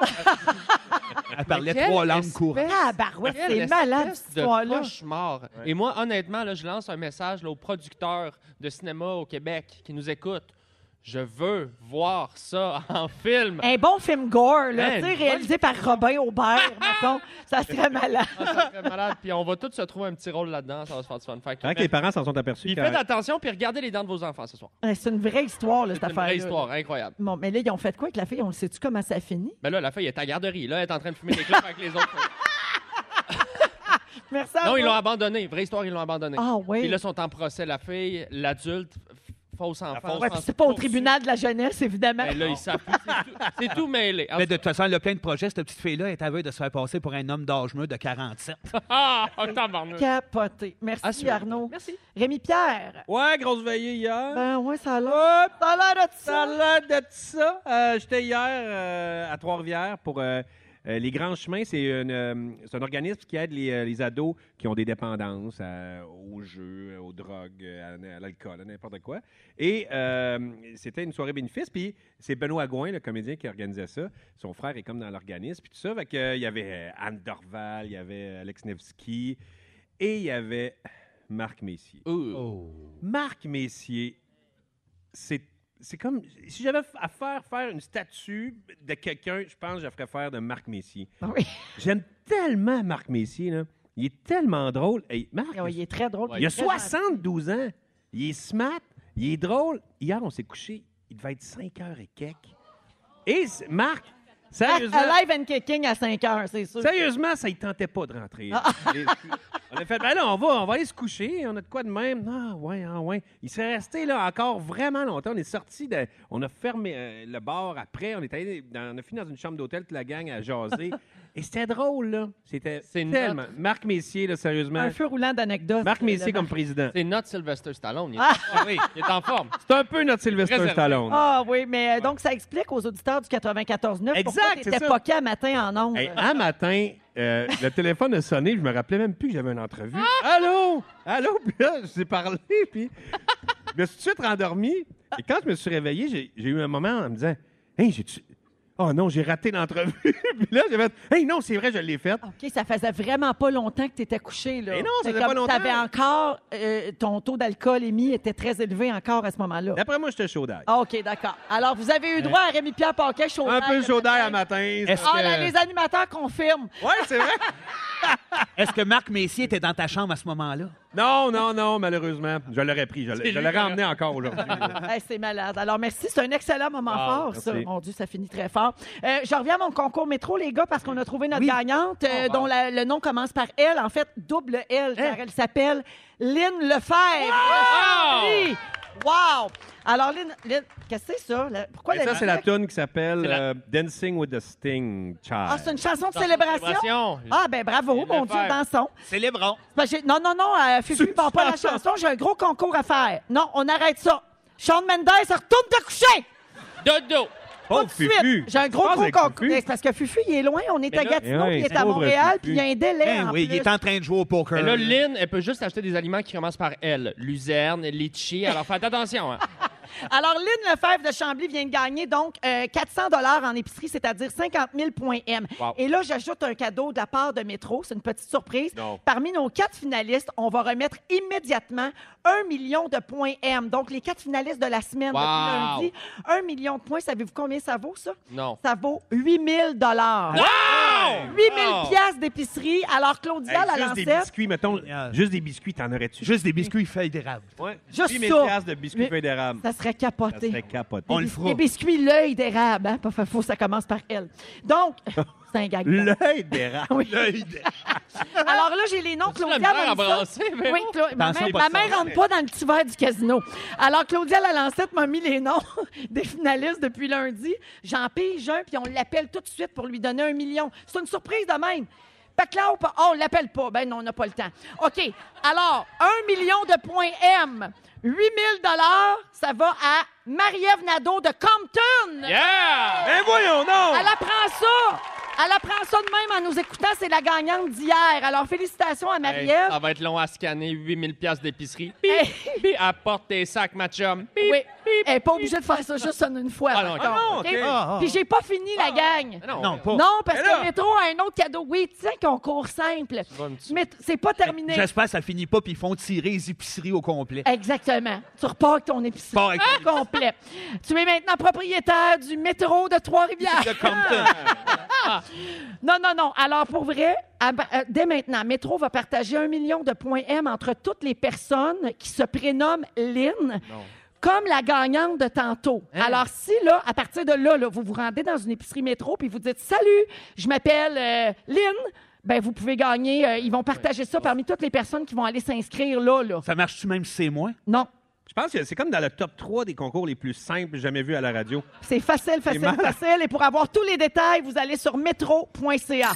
Elle parlait Quelle trois langues espèce- courantes. Ah, barouette, quelle c'est espèce malade, cette de histoire-là. cauchemar. Et moi, honnêtement, là, je lance un message là, aux producteurs de cinéma au Québec qui nous écoutent. Je veux voir ça en film. Un bon film gore, là, Hey, tu sais, une réalisé par Robin Aubert, mettons. Ça serait malade. Ah, ça serait malade. Puis on va tous se trouver un petit rôle là-dedans. Ça va se faire du fun. Fait que- Tant que les parents s'en sont aperçus. Puis quand- faites attention, puis regardez les dents de vos enfants ce soir. Ouais, C'est une vraie histoire, là, cette C'est une affaire. vraie histoire, incroyable. Bon, mais là, ils ont fait quoi avec la fille? On le sait-tu comment ça finit? Mais là, la fille est à garderie. Là, elle est en train de fumer des clopes avec les autres. Merci à Non, vous. ils l'ont abandonné. Vraie histoire, ils l'ont abandonné. Ah Puis oui. là, sont en procès la fille, l'adulte, f- fausse enfant. Ouais, puis c'est pas au tribunal de la jeunesse, évidemment. Mais là, ils savent plus. C'est tout- C'est tout mêlé. Mais de toute façon, elle a plein de projets. Cette petite fille-là est aveugle de se faire passer pour un homme d'âge mûr de 47. Ah, oh, tabarnak. Capoté. Merci, À suivre. Arnaud. Merci. Rémi Pierre. Ouais, grosse veillée hier. Ben ouais, ça a l'air. Hop, Ça a l'air de ça a ça. l'air de ça. Euh, J'étais hier euh, à Trois-Rivières pour euh, Euh, les Grands Chemins, c'est une, euh, c'est un organisme qui aide les, euh, les ados qui ont des dépendances à- aux jeux, aux drogues, à, à l'alcool, à n'importe quoi. Et euh, c'était une soirée bénéfice. Puis c'est Benoît Gouin, le comédien, qui organisait ça. Son frère est comme dans l'organisme. Puis tout ça. Fait que, euh, il y avait euh, Anne Dorval, il y avait euh, Alex Nevsky et il y avait Marc Messier. Oh. Marc Messier, c'est c'est comme si j'avais à faire faire une statue de quelqu'un, je pense que je la ferais faire de Marc Messier. Ah oui. J'aime tellement Marc Messier là. Il est tellement drôle. Hey, Marc, Ah oui, il est très drôle. puis il a est très 72 ans. Il est smart, il est drôle. Hier, on s'est couché, il devait être 5 heures et quelques. Et c'est- Marc, gentil. sérieusement, Ah, Live and kicking à 5 heures, c'est sûr. Sérieusement, ça ne tentait pas de rentrer. Ah. Et- on a fait, ben là, on va, on va aller se coucher, on a de quoi de même. Ah, ouais, ah, ouais. Il s'est resté là encore vraiment longtemps. On est sorti, de- on a fermé euh, le bar après, on, est allé dans- on a fini dans une chambre d'hôtel, toute la gang a jasé. Et c'était drôle, là. C'était C'est tellement. Marc Messier, là, sérieusement. Un feu roulant d'anecdotes. Marc Le Messier Marc- comme président. C'est notre Sylvester Stallone. Il est, oui. il est en forme. C'est un peu notre Sylvester Réservé. Stallone. Ah oui, mais euh, donc ça explique aux auditeurs du 94.9 Exact, pourquoi c'est t'étais ça. poqué à matin en ondes. Hey, un matin, euh, le téléphone a sonné, je me rappelais même plus que j'avais une entrevue. Allô? Allô? Puis là, je t'ai parlé, puis je me suis tout de suite rendormi. Et quand je me suis réveillé, j'ai j'ai eu un moment en me disant, « Hey, j'ai-tu... Oh non, j'ai raté l'entrevue. » Puis là, j'ai fait, « Hey, non, c'est vrai, je l'ai faite. OK, ça faisait vraiment pas longtemps que t'étais couché, là. Eh non, ça Fait faisait pas comme longtemps. T'avais encore... euh, ton taux d'alcoolémie était très élevé encore à ce moment-là. » D'après moi, j'étais chaud d'ail. Ah, OK, d'accord. Alors, vous avez eu droit à Rémi-Pierre Paquet, chaud Un d'ail, peu le chaud d'ail matin. à matin. Est-ce Ah, que- ben, les animateurs confirment. Ouais, c'est vrai. Est-ce que Marc Messier était dans ta chambre à ce moment-là? Non, non, non, malheureusement. Je l'aurais pris. Je l'ai- je l'aurais emmené encore aujourd'hui. là. Hey, c'est malade. Alors, merci. C'est un excellent moment fort, ça. merci. Mon Dieu, ça finit très fort. Euh, je reviens à mon concours métro, les gars, parce qu'on a trouvé notre gagnante, euh, dont la- le nom commence par L, en fait, double L, car elle s'appelle Lynn Lefebvre. Elle a surpris. Wow! Alors, Lynn, Lynn, qu'est-ce que c'est ça? La- Pourquoi Et ça, c'est la musique? tune qui s'appelle C'est la- euh, Dancing with the Sting Child. Ah, c'est une chanson de célébration? Célébration. Ah, ben bravo, Lynn mon Dieu, Lefebvre. dansons. Célébrons. C'est parce que j'ai- Non, non, non, euh, Fufu, parle pas la chanson, j'ai un gros concours à faire. Non, on arrête ça. Sean Mendes, retourne te coucher! Dodo. Pas Pauvre de suite. Fufu. J'ai un gros, Tu parles gros avec concours. Fufu? Mais c'est Parce que Fufu, il est loin. On est à là- Gatineau, Eh oui, puis il est à pauvre Montréal, Fufu. puis il y a un délai. Ben en oui, il plus. est en train de jouer au poker. Et là, Lynn, elle peut juste acheter des aliments qui commencent par L. Luzerne, litchi. Alors faites attention. Hein. Alors, Lynn Lefebvre de Chambly vient de gagner donc euh, 400 dollars en épicerie, c'est-à-dire 50 000 points M. Wow. Et là, j'ajoute un cadeau de la part de Métro. C'est une petite surprise. Non. Parmi nos quatre finalistes, on va remettre immédiatement 1 million de points M. Donc, les quatre finalistes de la semaine Wow. depuis lundi, 1 million de points. Savez-vous combien ça vaut, ça? Non. Ça vaut 8 000 dollars. 8 Oh! 000 piastres d'épicerie. Alors, Claudia, Hey, la juste des lancette, biscuits, mettons. Yeah. Juste des biscuits, t'en aurais-tu? Juste des biscuits feuilles d'érable. ouais. Juste 10 ça. 000 piastres de biscuits Mais- feuilles d'érable. ça serait Ça capoté. serait capoté. On le Bis- fera. Les biscuits, l'œil d'érable. Hein? Pas fa- faux, ça commence par elle. Donc, c'est un gag. L'œil d'érable. Oui. Alors là, j'ai les noms. As-tu Claudia, la misère à Ronissa. brasser, Véro? Oui, Cla- ma Attention, mère, pas ma de mère rentre pas dans le petit verre du casino. Alors, Claudia Lalancette m'a mis les noms des finalistes depuis lundi. J'en pige un, puis on l'appelle tout de suite pour lui donner un million. C'est une surprise de même. Pacla ou pas? Oh, on l'appelle pas. Ben non, on n'a pas le temps. OK. Alors, un million de points M, 8 000 ça va à Marie-Ève Nadeau de Compton. Yeah! Ben voyons donc! Elle apprend ça! Elle apprend ça de même en nous écoutant. C'est la gagnante d'hier. Alors, félicitations à Hey, ah, Marie-Ève. ça va être long à scanner 8000 pièces d'épicerie. Bip, Hey. bip, apporte tes sacs, ma chum. Bip, Oui. bip. Elle n'est pas obligée de faire ça juste en une fois. Ah par non, contre. ah non, OK? OK. Ah, ah, Puis j'ai pas fini la gang. Non, Non, pas. Non, parce Mais que là- Métro a un autre cadeau. Oui, tiens, concours simple. vas me tuer. Mais t- c'est pas terminé. J'espère que ça finit pas, puis ils font tirer les épiceries au complet. Exactement. Tu repars avec ton épicerie Pars avec complet. Tu es maintenant propriétaire du métro de Trois-Rivières. Non, non, non. Alors, pour vrai, à- euh, dès maintenant, Métro va partager un million de points M entre toutes les personnes qui se prénomment Lynn. Comme la gagnante de tantôt. Alors, si là, à partir de là, là, vous vous rendez dans une épicerie métro puis vous dites Salut, je m'appelle euh, Lynn, ben vous pouvez gagner. euh, ils vont partager ça parmi toutes les personnes qui vont aller s'inscrire là, là. Ça marche-tu même si c'est moi? Non. Je pense que c'est comme dans le top 3 des concours les plus simples jamais vus à la radio. C'est facile, facile, mal. facile. Et pour avoir tous les détails, vous allez sur métro.ca.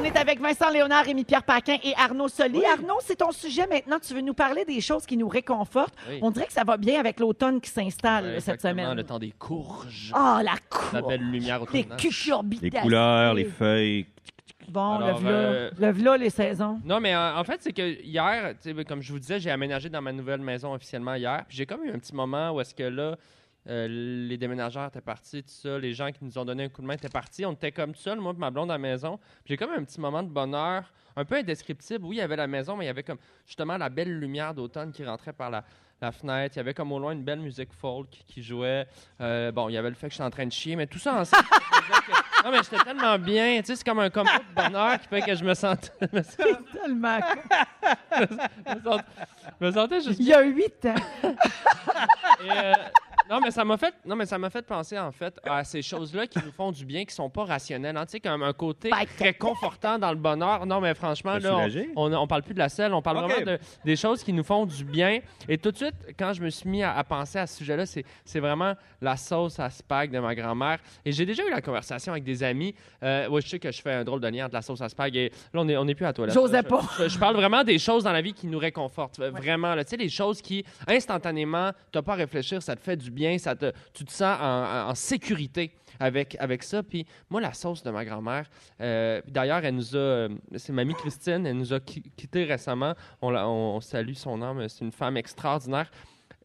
On est avec Vincent Léonard, Rémi-Pierre Paquin et Arnaud Soli. Arnaud, c'est ton sujet maintenant. Tu veux nous parler des choses qui nous réconfortent. Oui. On dirait que ça va bien avec l'automne qui s'installe Ouais, là, cette exactement, semaine. Le temps des courges. Ah, la cour! La belle lumière autour Les de nous. Les cucurbitacées. couleurs, les feuilles. Bon, Alors, le v'là. euh, Le v'là, les saisons. Non, mais euh, en fait, c'est que hier, tu sais, comme je vous disais, j'ai aménagé dans ma nouvelle maison officiellement hier. Puis j'ai comme eu un petit moment où est-ce que là, euh, les déménageurs étaient partis, tout ça, les gens qui nous ont donné un coup de main étaient partis. On était comme tout seul, moi et ma blonde à la maison. Puis j'ai comme eu un petit moment de bonheur, un peu indescriptible. Oui, il y avait la maison, mais il y avait comme justement la belle lumière d'automne qui rentrait par la, la fenêtre. Il y avait comme au loin une belle musique folk qui jouait. Euh, bon, il y avait le fait que j'étais en train de chier, mais tout ça ensemble. faisait que- non, mais j'étais tellement bien. Tu sais, c'est comme un combo de bonheur qui fait que je me sentais. je me sentais- Tellement. je me sent- je me sentais juste Il y a huit ans. et, euh, non, mais ça m'a fait, non, mais ça m'a fait penser en fait à ces choses-là qui nous font du bien, qui sont pas rationnelles. hein. Tu sais, comme un côté Pas très confortant dans le bonheur. Non, mais franchement, T'as là, on- soulagé? on, on parle plus de la selle, on parle Ok. vraiment de- des choses qui nous font du bien. Et tout de suite, quand je me suis mis à, à penser à ce sujet-là, c'est, c'est vraiment la sauce à spag de ma grand-mère. Et j'ai déjà eu la conversation avec des amis. Euh, ouais, je sais que je fais un drôle de lien entre la sauce à spag et là, on est, on est plus à la toilette. J'osais Là, je- pas. Euh, Je, je parle vraiment des choses dans la vie qui nous réconfortent. euh, Vraiment, là. tu sais, les choses qui, instantanément, t'as pas à réfléchir, ça te fait du bien, ça te, tu te sens en, en- en sécurité avec, avec ça. Puis moi, la sauce de ma grand-mère, euh, d'ailleurs, elle nous a, euh, c'est mamie Christine, elle nous a qui- quittés récemment. On, la- on- on salue son âme, c'est une femme extraordinaire.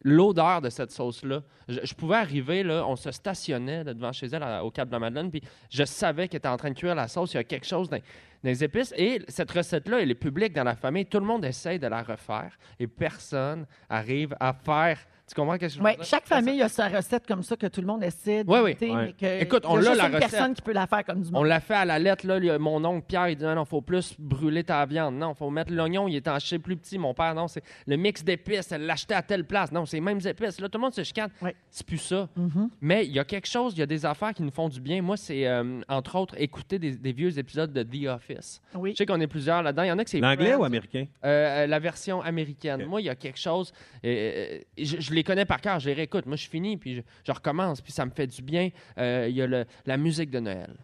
L'odeur de cette sauce-là, je, je pouvais arriver, là, on se stationnait là, devant chez elle à- au Cap de la Madeleine, puis je savais qu'elle était en train de cuire la sauce, il y a quelque chose dans, dans les épices. Et cette recette-là, elle est publique dans la famille, tout le monde essaye de la refaire et personne arrive à faire. Tu comprends qu'est-ce que je veux Ouais, dire? chaque famille a sa recette comme ça que tout le monde essaie de Ouais, ouais. goûter, Ouais. mais que Écoute, il y on a l'a, juste la une recette. personne qui peut la faire comme du On monde. l'a fait à la lettre, là. lui, mon oncle Pierre, il dit, non, faut plus brûler ta viande. Non, faut mettre l'oignon, il est en chip plus petit. Mon père, non, c'est le mix d'épices, elle l'achetait à telle place. Non, c'est les mêmes épices. Là, tout le monde se chicane. Ouais. C'est plus ça. Mhm. Mais il y a quelque chose, il y a des affaires qui nous font du bien. Moi, c'est, euh, entre autres, écouter des, des vieux épisodes de The Office. Oui. Je sais qu'on est plusieurs là-dedans. Il y en a que c'est... L'anglais Friends. ou américain? Euh, euh, la version américaine. Ok. Moi, il y a quelque chose. euh, euh, je, je les connais par cœur, je les réécoute. Moi, je finis, puis je, je recommence, puis ça me fait du bien. Euh, Il y a le- la musique de Noël.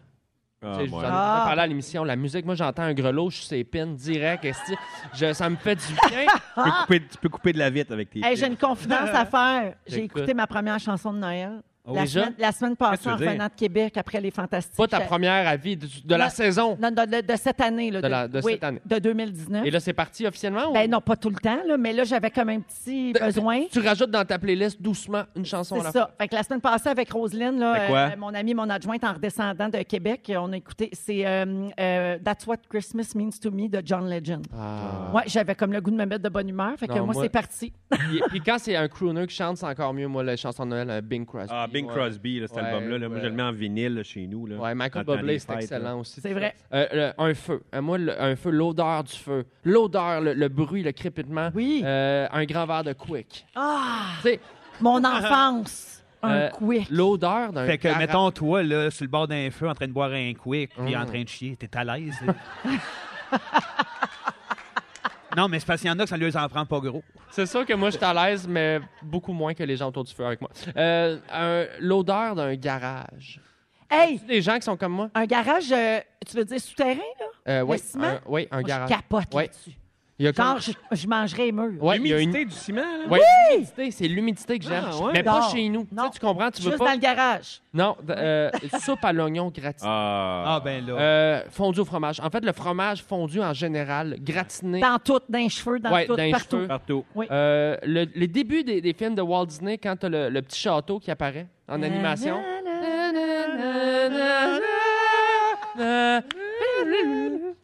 Ah, Tu sais, je vous en ai ouais. déjà Ah. parlé à l'émission, la musique. Moi, j'entends un grelot, je suis ses pins direct. esti. Je- ça me fait du bien. Tu peux couper- tu peux couper de la vite avec tes Hey, j'ai pieds. une confidence à faire. J'ai J'écoute. écouté ma première chanson de Noël. Ah Oh, la, déjà? semaine, la semaine Qu'est-ce passée, que en tu veux dire? revenant de Québec, après les Fantastiques. Pas ta J'ai- première avis de, de la Non. saison. Non, de, de- de cette année. Là, De la- de oui, cette année. de 2019. Et là, c'est parti officiellement. ou- ben non, pas tout le temps, là, mais là, j'avais comme un petit De- besoin. Tu rajoutes dans ta playlist doucement une chanson à C'est la ça. Fait que la semaine passée, avec Roselyne, là, Fait quoi? euh, mon amie, mon adjointe, en redescendant de Québec, on a écouté, c'est euh, euh, That's What Christmas Means to Me de John Legend. Ah. Ouais, j'avais comme le goût de me mettre de bonne humeur. Fait que Non, moi, moi- c'est parti. Puis, puis quand c'est un crooner qui chante, c'est encore mieux, moi, la chanson de Noël, euh, Bing Crosby. Ah, Bing Ouais. Crosby, là, cet Ouais, album-là. là. Moi, ouais. je le mets en vinyle là, chez nous. Là, Ouais, Michael Dans le temps Bublé, des c'est fêtes, là. excellent aussi. C'est tout vrai. ça. Euh, le- un feu. Euh, moi, le- un feu, l'odeur du feu. L'odeur, le, le bruit, le crépitement. Oui. Euh, un grand verre de quick. Ah! Tu sais, Mon enfance! Euh, Un quick. l'odeur d'un. Fait que, carafe- mettons, toi, là, sur le bord d'un feu, en train de boire un quick, puis en train de chier, t'es à l'aise. là. non, mais c'est parce qu'il y en a que ça lui en prend pas gros. C'est sûr que moi, je suis à l'aise, mais beaucoup moins que les gens autour du feu avec moi. Euh, un- l'odeur d'un garage. Hey! Des gens qui sont comme moi. Un garage, euh, tu veux dire souterrain, là? Euh, oui, Le ciment? un, oui, un Moi, garage. Je capote Ouais. là-dessus. Il y a comme- Genre, je, je mangerais les murs. Ouais, il y a une- L'humidité du ciment, là. Ouais, l'humidité, c'est l'humidité que j'aime. Ah, ouais. Mais pas Non. chez nous. Tu, sais, Non. tu comprends? Tu veux Juste pas. dans le garage. Non, d- euh, soupe à l'oignon gratiné. Ah, Ah, ben là. Euh, fondu au fromage. En fait, le fromage fondu en général, gratiné. Dans tout, dans les cheveux, dans Ouais, tout, dans les partout. cheveux. partout. Euh, le- les débuts des, des films de Walt Disney, quand t'as le, le petit château qui apparaît en animation. Na, na, na.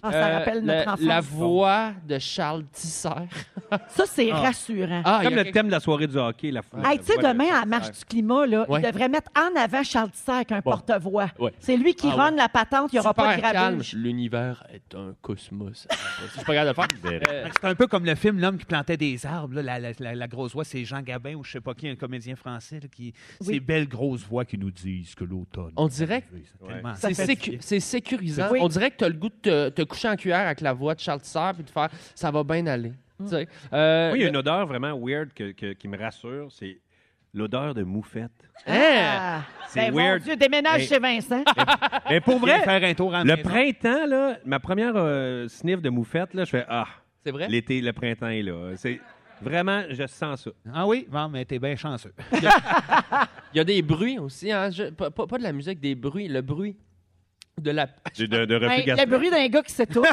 Ah, ça Euh, rappelle le- notre enfance. La voix de Charles Tisser. Ça, c'est rassurant. Ah, Comme il y a le quelque- thème de la soirée du hockey, la fois. Hey, tu sais, demain, à la marche du climat, là, Ouais. il devrait mettre en avant Charles Tissot avec un porte-voix. Ouais. C'est lui qui Ah run la patente, il n'y aura pas de Super calme. grabuge. L'univers est un cosmos. Je suis pas capable de le faire. Euh, C'est un peu comme le film L'homme qui plantait des arbres. là. La, la- la- la grosse voix, c'est Jean Gabin ou je sais pas qui, un comédien français. là, qui... Ces belles grosses voix qui nous disent que l'automne. On dirait que- C'est tellement- C'est fait sécu- c'est sécurisant. Oui. On dirait que tu as le goût de te, te coucher en cuillère avec la voix de Charles Tisser puis de faire Mm. ça va bien aller. Tu sais. Euh, Moi, il y a le- une odeur vraiment weird que- que- qui me rassure. C'est l'odeur de moufette. Ah! C'est Ben, weird. Mon Dieu, déménage Hey. chez Vincent. Mais pour Viens vrai, faire un tour en le maison. printemps, là, ma première euh, sniff de moufette, là, je fais Ah, C'est vrai? l'été, le printemps est là. C'est vraiment, je sens ça. Ah oui? Bon, mais t'es bien chanceux. Il y a des bruits aussi, hein? je- pas, pas- pas de la musique, des bruits, le bruit de la. De, de, de Ben, reflux le gastrique. bruit d'un gars qui s'étouffe.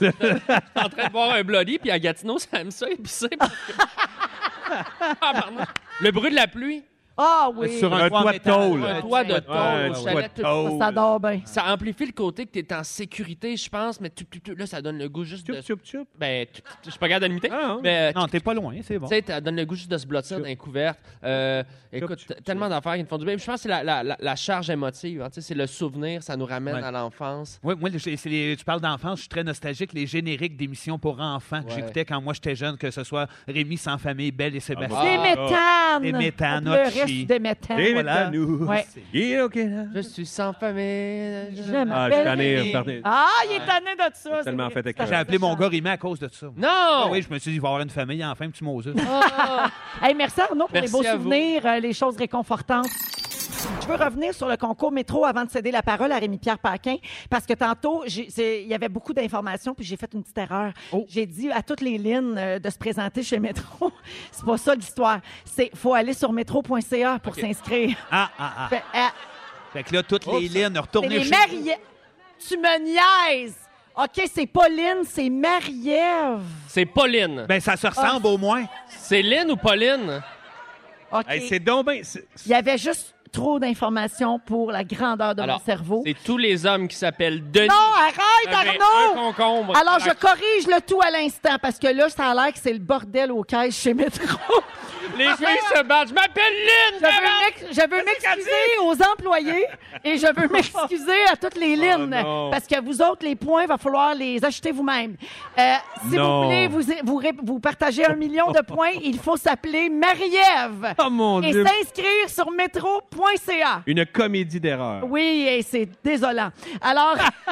J'étais en train de boire un bloody, puis à Gatineau, ça aime ça épicé. parce que- Ah, pardon. Le bruit de la pluie, Ah oui. Sur un, Un toit de métal. tôle. un toit de tôle, ouais, ouais. chalet tout- Ça, Ça dort bien. Ça amplifie le côté que t'es en sécurité, je pense, mais tu- tu- tu- là, ça donne le goût juste de... Tchoup, tchoup, tchoup. Ben, tu- tu- je suis pas capable d'imiter, Ah, non. mais euh, tu Non, t'es pas loin, c'est bon. sais, ça donne le goût juste de se blottir d'un couvert. Euh, écoute, tchoup, tchoup. tellement d'affaires qui nous font du bien. Puis Je pense que c'est la, la- la- la charge émotive, hein, tu sais, c'est le souvenir, ça nous ramène Ouais. à l'enfance. Oui, moi, le- c'est les- tu parles d'enfance, je suis très nostalgique. Les génériques d'émissions pour enfants que Ouais. j'écoutais quand moi j'étais jeune, que ce soit Rémi sans famille, Belle et Sébastien. Des Ah. méthanes. Des méthanes, Le notre reste chi. des méthanes. David voilà. Danou. Ouais. Yeah, OK, là. Je suis sans famille. je- Je Ah, je suis m'appelle tanné, je Rémi. suis tanné. Ah, il est tanné de ça. tellement fait écœurant. J'ai appelé mon gars Rémi à cause de ça. Ah Non! Oui, je me suis dit, il va avoir une famille, enfin, petit Moses. Hey, merci Arnaud pour Merci les beaux à vous. souvenirs, euh, les choses réconfortantes. Je veux revenir sur le concours métro avant de céder la parole à Rémi-Pierre Paquin, parce que tantôt, j'ai- c'est- il y avait beaucoup d'informations, puis j'ai fait une petite erreur. Oh. J'ai dit à toutes les lignes euh, de se présenter chez Métro. C'est pas ça l'histoire. C'est faut aller sur métro.ca pour s'inscrire. Ah, ah, ah. Fait, ah, Fait que là, toutes les lignes, c'est retournez les chez Marie... Tu me niaises! OK, c'est Pauline, c'est Marie-Ève. C'est Pauline. Ben, Ah. ça se ressemble au moins. C'est Lynn ou Pauline? OK. Hey, c'est donc ben- c'est- Il y avait juste trop d'informations pour la grandeur de Alors, mon cerveau. C'est tous les hommes qui s'appellent Denis. Non, arrête, avec Arnaud! un concombre. Alors, je corrige le tout à l'instant parce que là, ça a l'air que c'est le bordel au caisse chez Métro. Les filles se battent. Je m'appelle Je Lynn! veux tabarnak! m'ex- Je veux m'excuser aux employés et je veux m'excuser à toutes les lignes Oh. non. parce que vous autres, les points, il va falloir les acheter vous-même. Euh, si vous Non. voulez vous, vous, ré- vous partager un million de points, il faut s'appeler Marie-Ève Oh mon et Dieu! s'inscrire sur métro.ca. Une comédie d'erreur. Oui, et c'est désolant. Alors,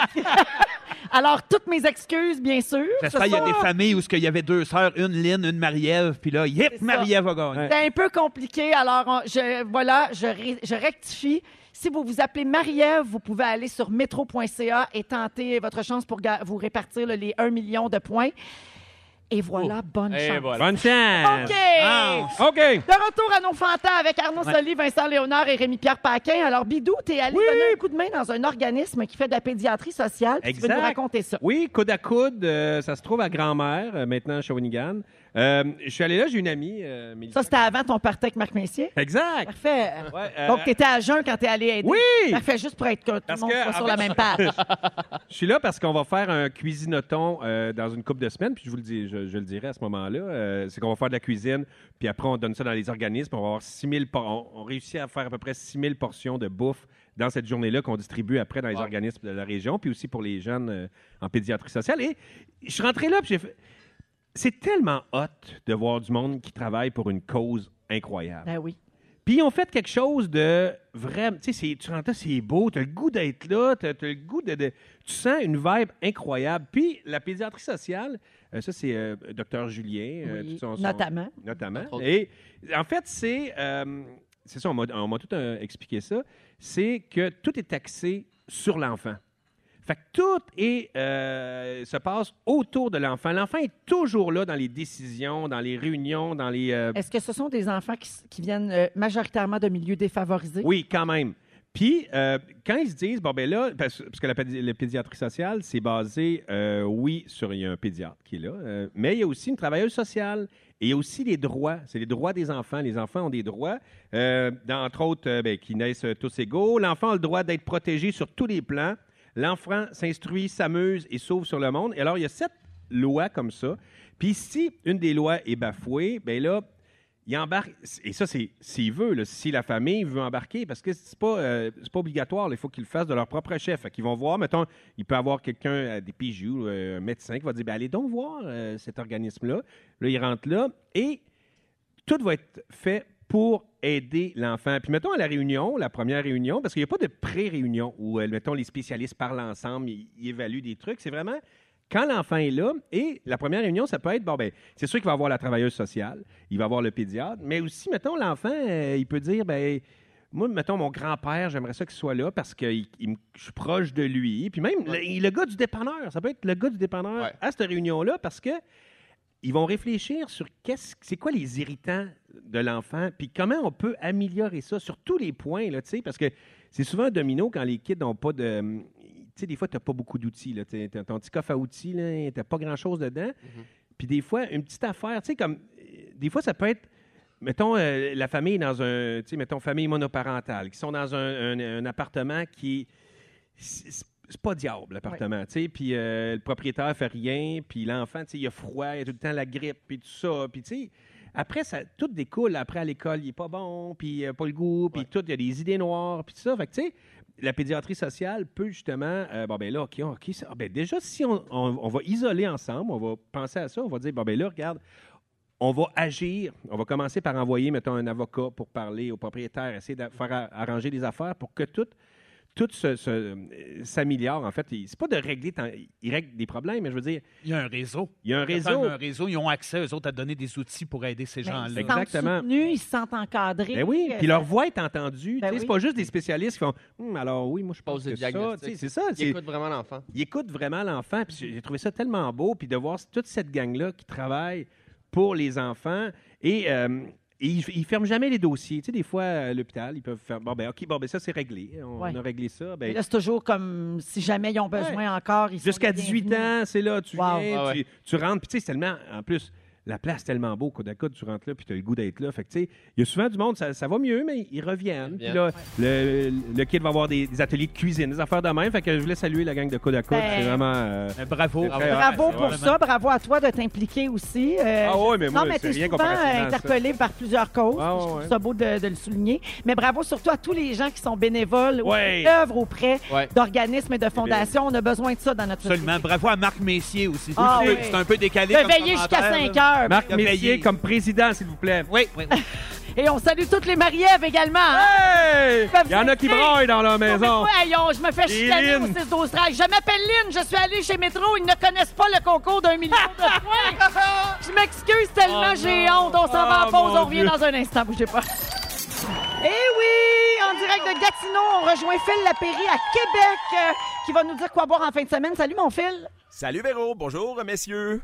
alors toutes mes excuses, bien sûr. J'espère qu'il y a des familles où il y avait deux sœurs, une Lynn, une Marie-Ève, puis là, yep, ça. Marie-Ève a gagné. C'est un peu compliqué, alors on- je, voilà, je, ré- je rectifie. Si vous vous appelez Marie-Ève, vous pouvez aller sur métro.ca et tenter votre chance pour ga- vous répartir là, les 1 million de points. Et voilà, bonne Et chance. voilà. Bonne chance! OK! Chance. OK! De retour à nos fantas avec Arnaud Ouais. Soli, Vincent Léonard et Rémi-Pierre Paquin. Alors, Bidou, t'es allé donner un coup de main dans un organisme qui fait de la pédiatrie sociale. puis Tu Exact. veux nous raconter ça. Oui, coude à coude, euh, ça se trouve à grand-mère, euh, maintenant à Shawinigan. Euh, je suis allé là, j'ai une amie. euh, Mélissa. Ça, c'était avant ton parti avec Marc Messier. exact! Parfait. Ouais, euh, Donc, t'étais à jeun quand t'es allé aider. Oui! Parfait, juste pour être que tout le Parce monde que, soit sur en la fait, même page. Je suis là parce qu'on va faire un cuisinoton euh, dans une couple de semaines, puis je vous le dis, je, je le dirai à ce moment-là. Euh, c'est qu'on va faire de la cuisine, puis après on donne ça dans les organismes. On va avoir 6000 por- on, on réussit à faire à peu près 6000 portions de bouffe dans cette journée-là qu'on distribue après dans les organismes de la région, puis aussi pour les jeunes euh, en pédiatrie sociale. Et je suis rentré là, puis j'ai fait. C'est tellement hot de voir du monde qui travaille pour une cause incroyable. Ben oui. Puis ils ont fait quelque chose de vraiment. Tu sais, c'est- tu rentres là, c'est beau, tu as le goût d'être là, tu as, le goût de, de- Tu sens une vibe incroyable. Puis la pédiatrie sociale, euh, ça, c'est euh, Dr. Julien. euh, Oui, tout son- son- notamment. Notamment. Entre autres. Et en fait, c'est. euh, c'est ça, on m'a on m'a tout euh, expliqué ça. C'est que tout est axé sur l'enfant. Fait que tout est, euh, se passe autour de l'enfant. L'enfant est toujours là dans les décisions, dans les réunions, dans les. euh, Est-ce que ce sont des enfants qui, s- qui viennent euh, majoritairement de milieux défavorisés? Oui, quand même. Puis, euh, quand ils se disent, bon, ben là, parce, parce que la, pédi- la pédiatrie sociale, c'est basé, euh, oui, sur il y a un pédiatre qui est là, euh, mais il y a aussi une travailleuse sociale et il y a aussi les droits. C'est les droits des enfants. Les enfants ont des droits, euh, dans- entre autres, euh, ben, qui naissent euh, tous égaux. L'enfant a le droit d'être protégé sur tous les plans. L'enfant s'instruit, s'amuse et sauve sur le monde. Et alors, il y a sept lois comme ça. Puis, si une des lois est bafouée, ben là, il embarque, et ça, c'est s'il veut, là, si la famille veut embarquer, parce que c'est pas, euh, c'est pas obligatoire, là, il faut qu'ils le fassent de leur propre chef. Fait qu'ils vont voir, mettons, il peut avoir quelqu'un, euh, des PJU, euh, un médecin qui va dire, ben, allez donc voir euh, cet organisme-là. Là, il rentre là, et tout va être fait pour aider l'enfant. Puis mettons à la réunion, la première réunion, parce qu'il n'y a pas de pré-réunion où, euh, mettons, les spécialistes parlent ensemble, ils, ils évaluent des trucs. C'est vraiment quand l'enfant est là, et la première réunion, ça peut être, bon, ben, c'est sûr qu'il va avoir la travailleuse sociale, il va avoir le pédiatre, mais aussi, mettons, l'enfant, euh, il peut dire, ben, moi, mettons, mon grand-père, j'aimerais ça qu'il soit là parce que il- il me- je suis proche de lui. Puis même, le, le gars du dépanneur, ça peut être le gars du dépanneur Ouais. à cette réunion-là parce que ils vont réfléchir sur qu'est-ce, c'est quoi les irritants de l'enfant, puis comment on peut améliorer ça sur tous les points, là, tu sais, parce que c'est souvent un domino quand les kids n'ont pas de... hum, Tu sais, des fois, tu n'as pas beaucoup d'outils, là, tu sais, t'as ton petit coffre à outils, tu n'as pas grand-chose dedans. Puis des fois, une petite affaire, tu sais, comme... euh, Des fois, ça peut être... Mettons, euh, la famille est dans un... Tu sais, mettons, famille monoparentale, qui sont dans un, un- un appartement qui... C'est c'est pas diable, l'appartement, tu sais. Puis euh, le propriétaire fait rien, puis l'enfant, tu sais, il a froid, il a tout le temps la grippe, puis tout ça. Puis, tu sais, après, ça, tout découle. Après, à l'école, il est pas bon, puis il a pas le goût, puis tout, il y a des idées noires, puis tout ça. Fait que, tu sais, la pédiatrie sociale peut justement, euh, bon, ben là, OK, OK, ça, ah, ben déjà, si on, on- on va isoler ensemble, on va penser à ça, on va dire, bon, ben là, regarde, on va agir. On va commencer par envoyer, mettons, un avocat pour parler au propriétaire, essayer de faire a- arranger des affaires pour que tout, tout se- se, euh, s'améliore. En fait, Il- c'est pas de régler, tant- il règle des problèmes, mais je veux dire, Il y a un réseau. il y a un Il y a quand réseau. même un réseau. Ils ont accès, eux autres, à donner des outils pour aider Ben, ces gens-là. Ils se sentent Exactement. soutenus, ils se sentent encadrés. Ben oui, Euh, puis leur voix est entendue. Ben Tu sais, C'est oui. pas juste des spécialistes qui font Hum, alors oui, moi je pense Pose que le ça. diagnostic. Tu sais, C'est ça. Il c'est- écoute vraiment l'enfant. il écoute vraiment l'enfant. Puis j'ai trouvé ça tellement beau. Puis de voir toute cette gang-là qui travaille pour les enfants. Et, euh, et ils, ils ferment jamais les dossiers. Tu sais, des fois, à l'hôpital, ils peuvent faire Bon, ben, OK, bon, ben, ça, c'est réglé. On, Ouais. a réglé ça. Ben, mais là, c'est toujours comme si jamais ils ont besoin Ouais. encore. ils sont les Jusqu'à 18 bienvenus. ans, c'est là, tu Wow. viens, Ah tu, tu rentres. Puis tu sais, c'est tellement, en plus, la place est tellement beau, coude à coude, tu rentres là, puis tu as le goût d'être là. Fait que tu sais, il y a souvent du monde, ça, ça va mieux, mais ils reviennent. Puis Ils là, le, le kid va avoir des, des ateliers de cuisine, des affaires de même. Fait que je voulais saluer la gang de coude à coude. Ben, c'est vraiment. euh, Mais bravo. Bravo. Bravo Ouais, pour ça, bravo à toi de t'impliquer aussi. Euh, Ah ouais, mais moi, non, mais t'es c'est rien souvent euh, comparativement à ça. interpellé par plusieurs causes. Ah puis Je ouais. trouve ça beau de, de le souligner. Mais bravo surtout à tous les gens qui sont bénévoles, ou Ouais. Eh qui œuvrent auprès Ouais. d'organismes et de fondations. On a besoin de ça dans notre Absolument. société. Bravo à Marc Messier aussi. Ah c'est, oui. c'est un peu décalé. De comme veiller jusqu'à commentaire, 5 là. heures. Marc Ben, Messier ben, comme président, s'il vous plaît. Oui, oui, oui. Et on salue toutes les Marie-Ève également. hein. Hey! peuvent Il y en a qui s'inscrire. braillent dans leur Pour maison. mes fois, aïe, on- je me fais chicaner au Lynn. 6 12 13. Je m'appelle Lynn, je suis allée chez Métro, ils ne connaissent pas le concours d'un million de points. Je m'excuse tellement, j'ai honte. On s'en va en Oh, pause, mon on revient Dieu. dans un instant, bougez pas. Eh oui, en direct de Gatineau, on rejoint Phil Lapéry à Québec euh, qui va nous dire quoi boire en fin de semaine. Salut mon Phil. Salut Véro, bonjour messieurs.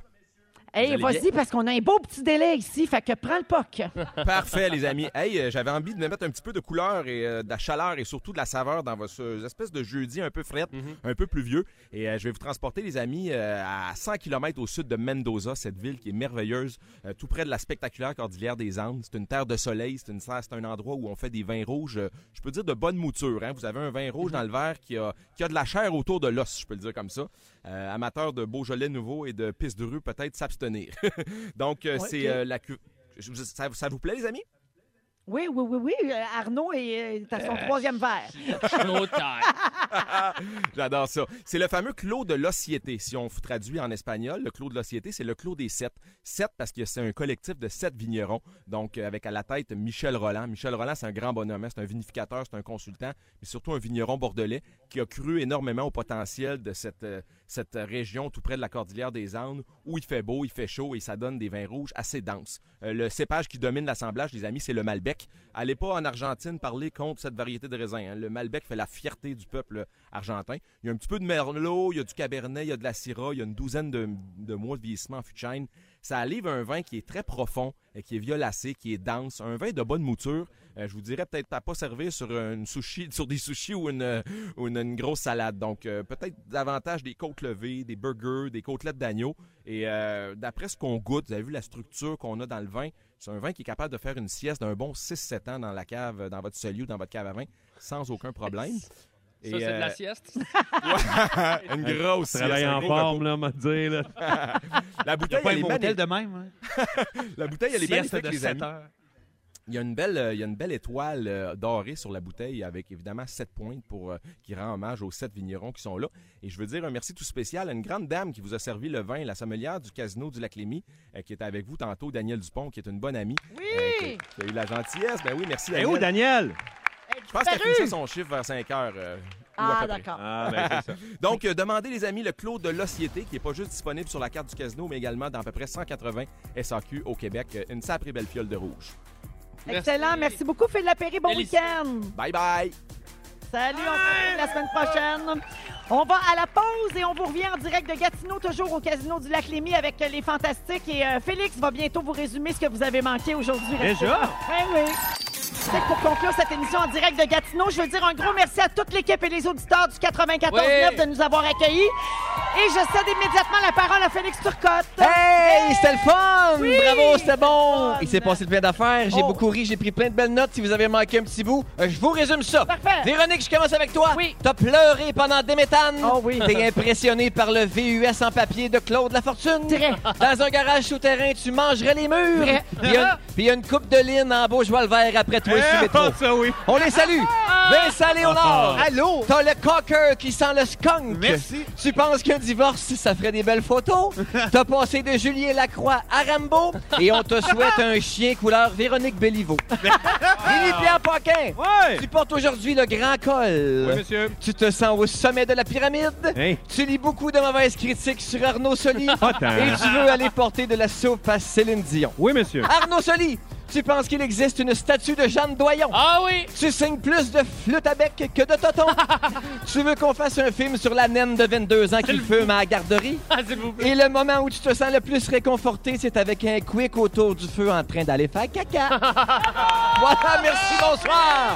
Hey, Vous allez vas-y parce qu'on a un beau petit délai ici, fait que prends le poc. Parfait les amis. Hey, euh, j'avais envie de me mettre un petit peu de couleur et euh, de la chaleur et surtout de la saveur dans vos euh, espèces de jeudi un peu fret, Mhm. un peu pluvieux. Et euh, je vais vous transporter les amis euh, à 100 km au sud de Mendoza, cette ville qui est merveilleuse, euh, tout près de la spectaculaire cordillère des Andes. C'est une terre de soleil, c'est une serre- c'est un endroit où on fait des vins rouges, euh, je peux dire de bonne mouture. hein. Vous avez un vin rouge dans le verre qui a, qui a de la chair autour de l'os, je peux le dire comme ça. Euh, amateur de Beaujolais nouveau et de piste de rue, peut-être s'abstenir. Donc, euh, Ouais, c'est ok. euh, la cu- je- je- ça, ça vous plaît, les amis? Oui, oui, oui, oui. euh, Arnaud est euh, à son troisième verre. Trop tard. J'adore ça. C'est le fameux clos de l'Ociété. Si on vous traduit en espagnol, le clos de l'Ociété, c'est le clos des sept. Sept parce que c'est un collectif de sept vignerons. Donc, euh, avec à la tête Michel Roland. Michel Roland, c'est un grand bonhomme. hein. C'est un vinificateur, c'est un consultant, mais surtout un vigneron bordelais qui a cru énormément au potentiel de cette, euh, cette région tout près de la cordillère des Andes où il fait beau, il fait chaud et ça donne des vins rouges assez denses. Euh, le cépage qui domine l'assemblage, les amis, c'est le Malbec. Allez pas en Argentine parler contre cette variété de raisin. hein. Le Malbec fait la fierté du peuple argentin. Il y a un petit peu de merlot, il y a du cabernet, il y a de la syrah, il y a une douzaine de, de mois de vieillissement en fût de chêne. Ça arrive un vin qui est très profond, euh, qui est violacé, qui est dense, un vin de bonne mouture. Euh, je vous dirais peut-être à pas servir sur une sushi, sur des sushis ou une, euh, ou une, une grosse salade. Donc euh, peut-être davantage des côtes levées, des burgers, des côtelettes d'agneau. Et euh, d'après ce qu'on goûte, vous avez vu la structure qu'on a dans le vin. C'est un vin qui est capable de faire une sieste d'un bon 6-7 ans dans la cave, euh, dans votre cellier ou dans votre cave à vin, sans aucun problème. Ça, c'est de euh, la sieste. une grosse Travaille sieste, un en gros forme, là, m'a dire. là. repos. La Il n'y bouteille, a pas un elle modèle est magnifique. de même. hein. La bouteille, elle est Sieste magnifique, de les 7 amis. heures. Il y a une belle, euh, il y a une belle étoile euh, dorée sur la bouteille avec évidemment sept pointes pour euh, qui rend hommage aux sept vignerons qui sont là. Et je veux dire un merci tout spécial à une grande dame qui vous a servi le vin, la sommelière du casino du Lac Lémy, euh, qui était avec vous tantôt, Daniel Dupont, qui est une bonne amie. Oui! euh, qui, qui a eu la gentillesse. Ben oui, merci. Eh oh, Daniel! Je pense qu'elle finissait son chiffre vers 5 heures. euh, ou à Ah, peu près. d'accord. Ah, ben, c'est ça. Donc, euh, demandez, les amis, le Clos de l'Ociété, qui n'est pas juste disponible sur la carte du casino, mais également dans à peu près 180 SAQ au Québec. Euh, Une sacrée belle fiole de rouge. Excellent. Merci beaucoup, Phil Lapéry. Bon Délicieux. week-end. Bye bye! Salut, on se retrouve la semaine prochaine. On va à la pause et on vous revient en direct de Gatineau, toujours au Casino du Lac Lémy avec euh, les Fantastiques. Et euh, Félix va bientôt vous résumer ce que vous avez manqué aujourd'hui. Restez Déjà? là. Ben oui. C'est que pour conclure cette émission en direct de Gatineau, je veux dire un gros merci à toute l'équipe et les auditeurs du 94.9 Ouais. de nous avoir accueillis. Et je cède immédiatement la parole à Félix Turcotte. Hey, c'était le fun! Oui, Bravo, c'était c'était bon! le fun. Il s'est passé plein d'affaires, j'ai Oh. beaucoup ri, j'ai pris plein de belles notes. Si vous avez manqué un petit bout, euh, je vous résume ça. Parfait. Véronique, je commence avec toi. Oui. T'as pleuré pendant des méthanes. Oh oui. T'es impressionné par le VUS en papier de Claude Lafortune. Très. Dans un garage souterrain, tu mangerais les murs. Vrai. Ah. Puis il y a une- puis il y a une coupe de lime en bourgeois le vert après toi sur Eh, les métro. ça, oui. On les salue. Ah. Vincent Léonard. Allô? T'as le cocker qui sent le skunk. Merci. Tu penses qu'un divorce, ça ferait des belles photos? T'as passé de Julien Lacroix à Rambo et on te souhaite un chien couleur Véronique Béliveau. Lily-Pierre Paquin, Ouais. tu portes aujourd'hui le grand col. Oui, monsieur. tu te sens au sommet de la pyramide. Hein? Tu lis beaucoup de mauvaises critiques sur Arnaud Soli. Pas tant. et tu veux aller porter de la soupe à Céline Dion. Oui, monsieur. Arnaud Soli, tu penses qu'il existe une statue de Jeanne Doyon. Ah oui! Tu signes plus de flûte à bec que de toton. tu veux qu'on fasse un film sur la naine de 22 ans qui fume à la garderie? Ah, s'il vous plaît. Et le moment où tu te sens le plus réconforté, c'est avec un quick autour du feu en train d'aller faire caca. voilà, merci, bonsoir.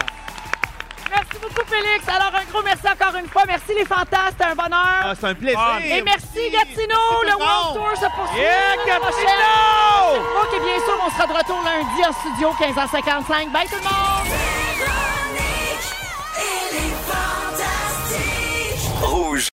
Merci beaucoup, Félix. Alors, un gros merci encore une fois. Merci, les fantasmes. C'était un bonheur. Ah, c'est un plaisir. Et merci Gatineau, le World Tour se poursuit. Yeah, la semaine prochaine. Gatineau! Ok, bien sûr, on sera de retour lundi en studio 15h55. Bye tout le monde!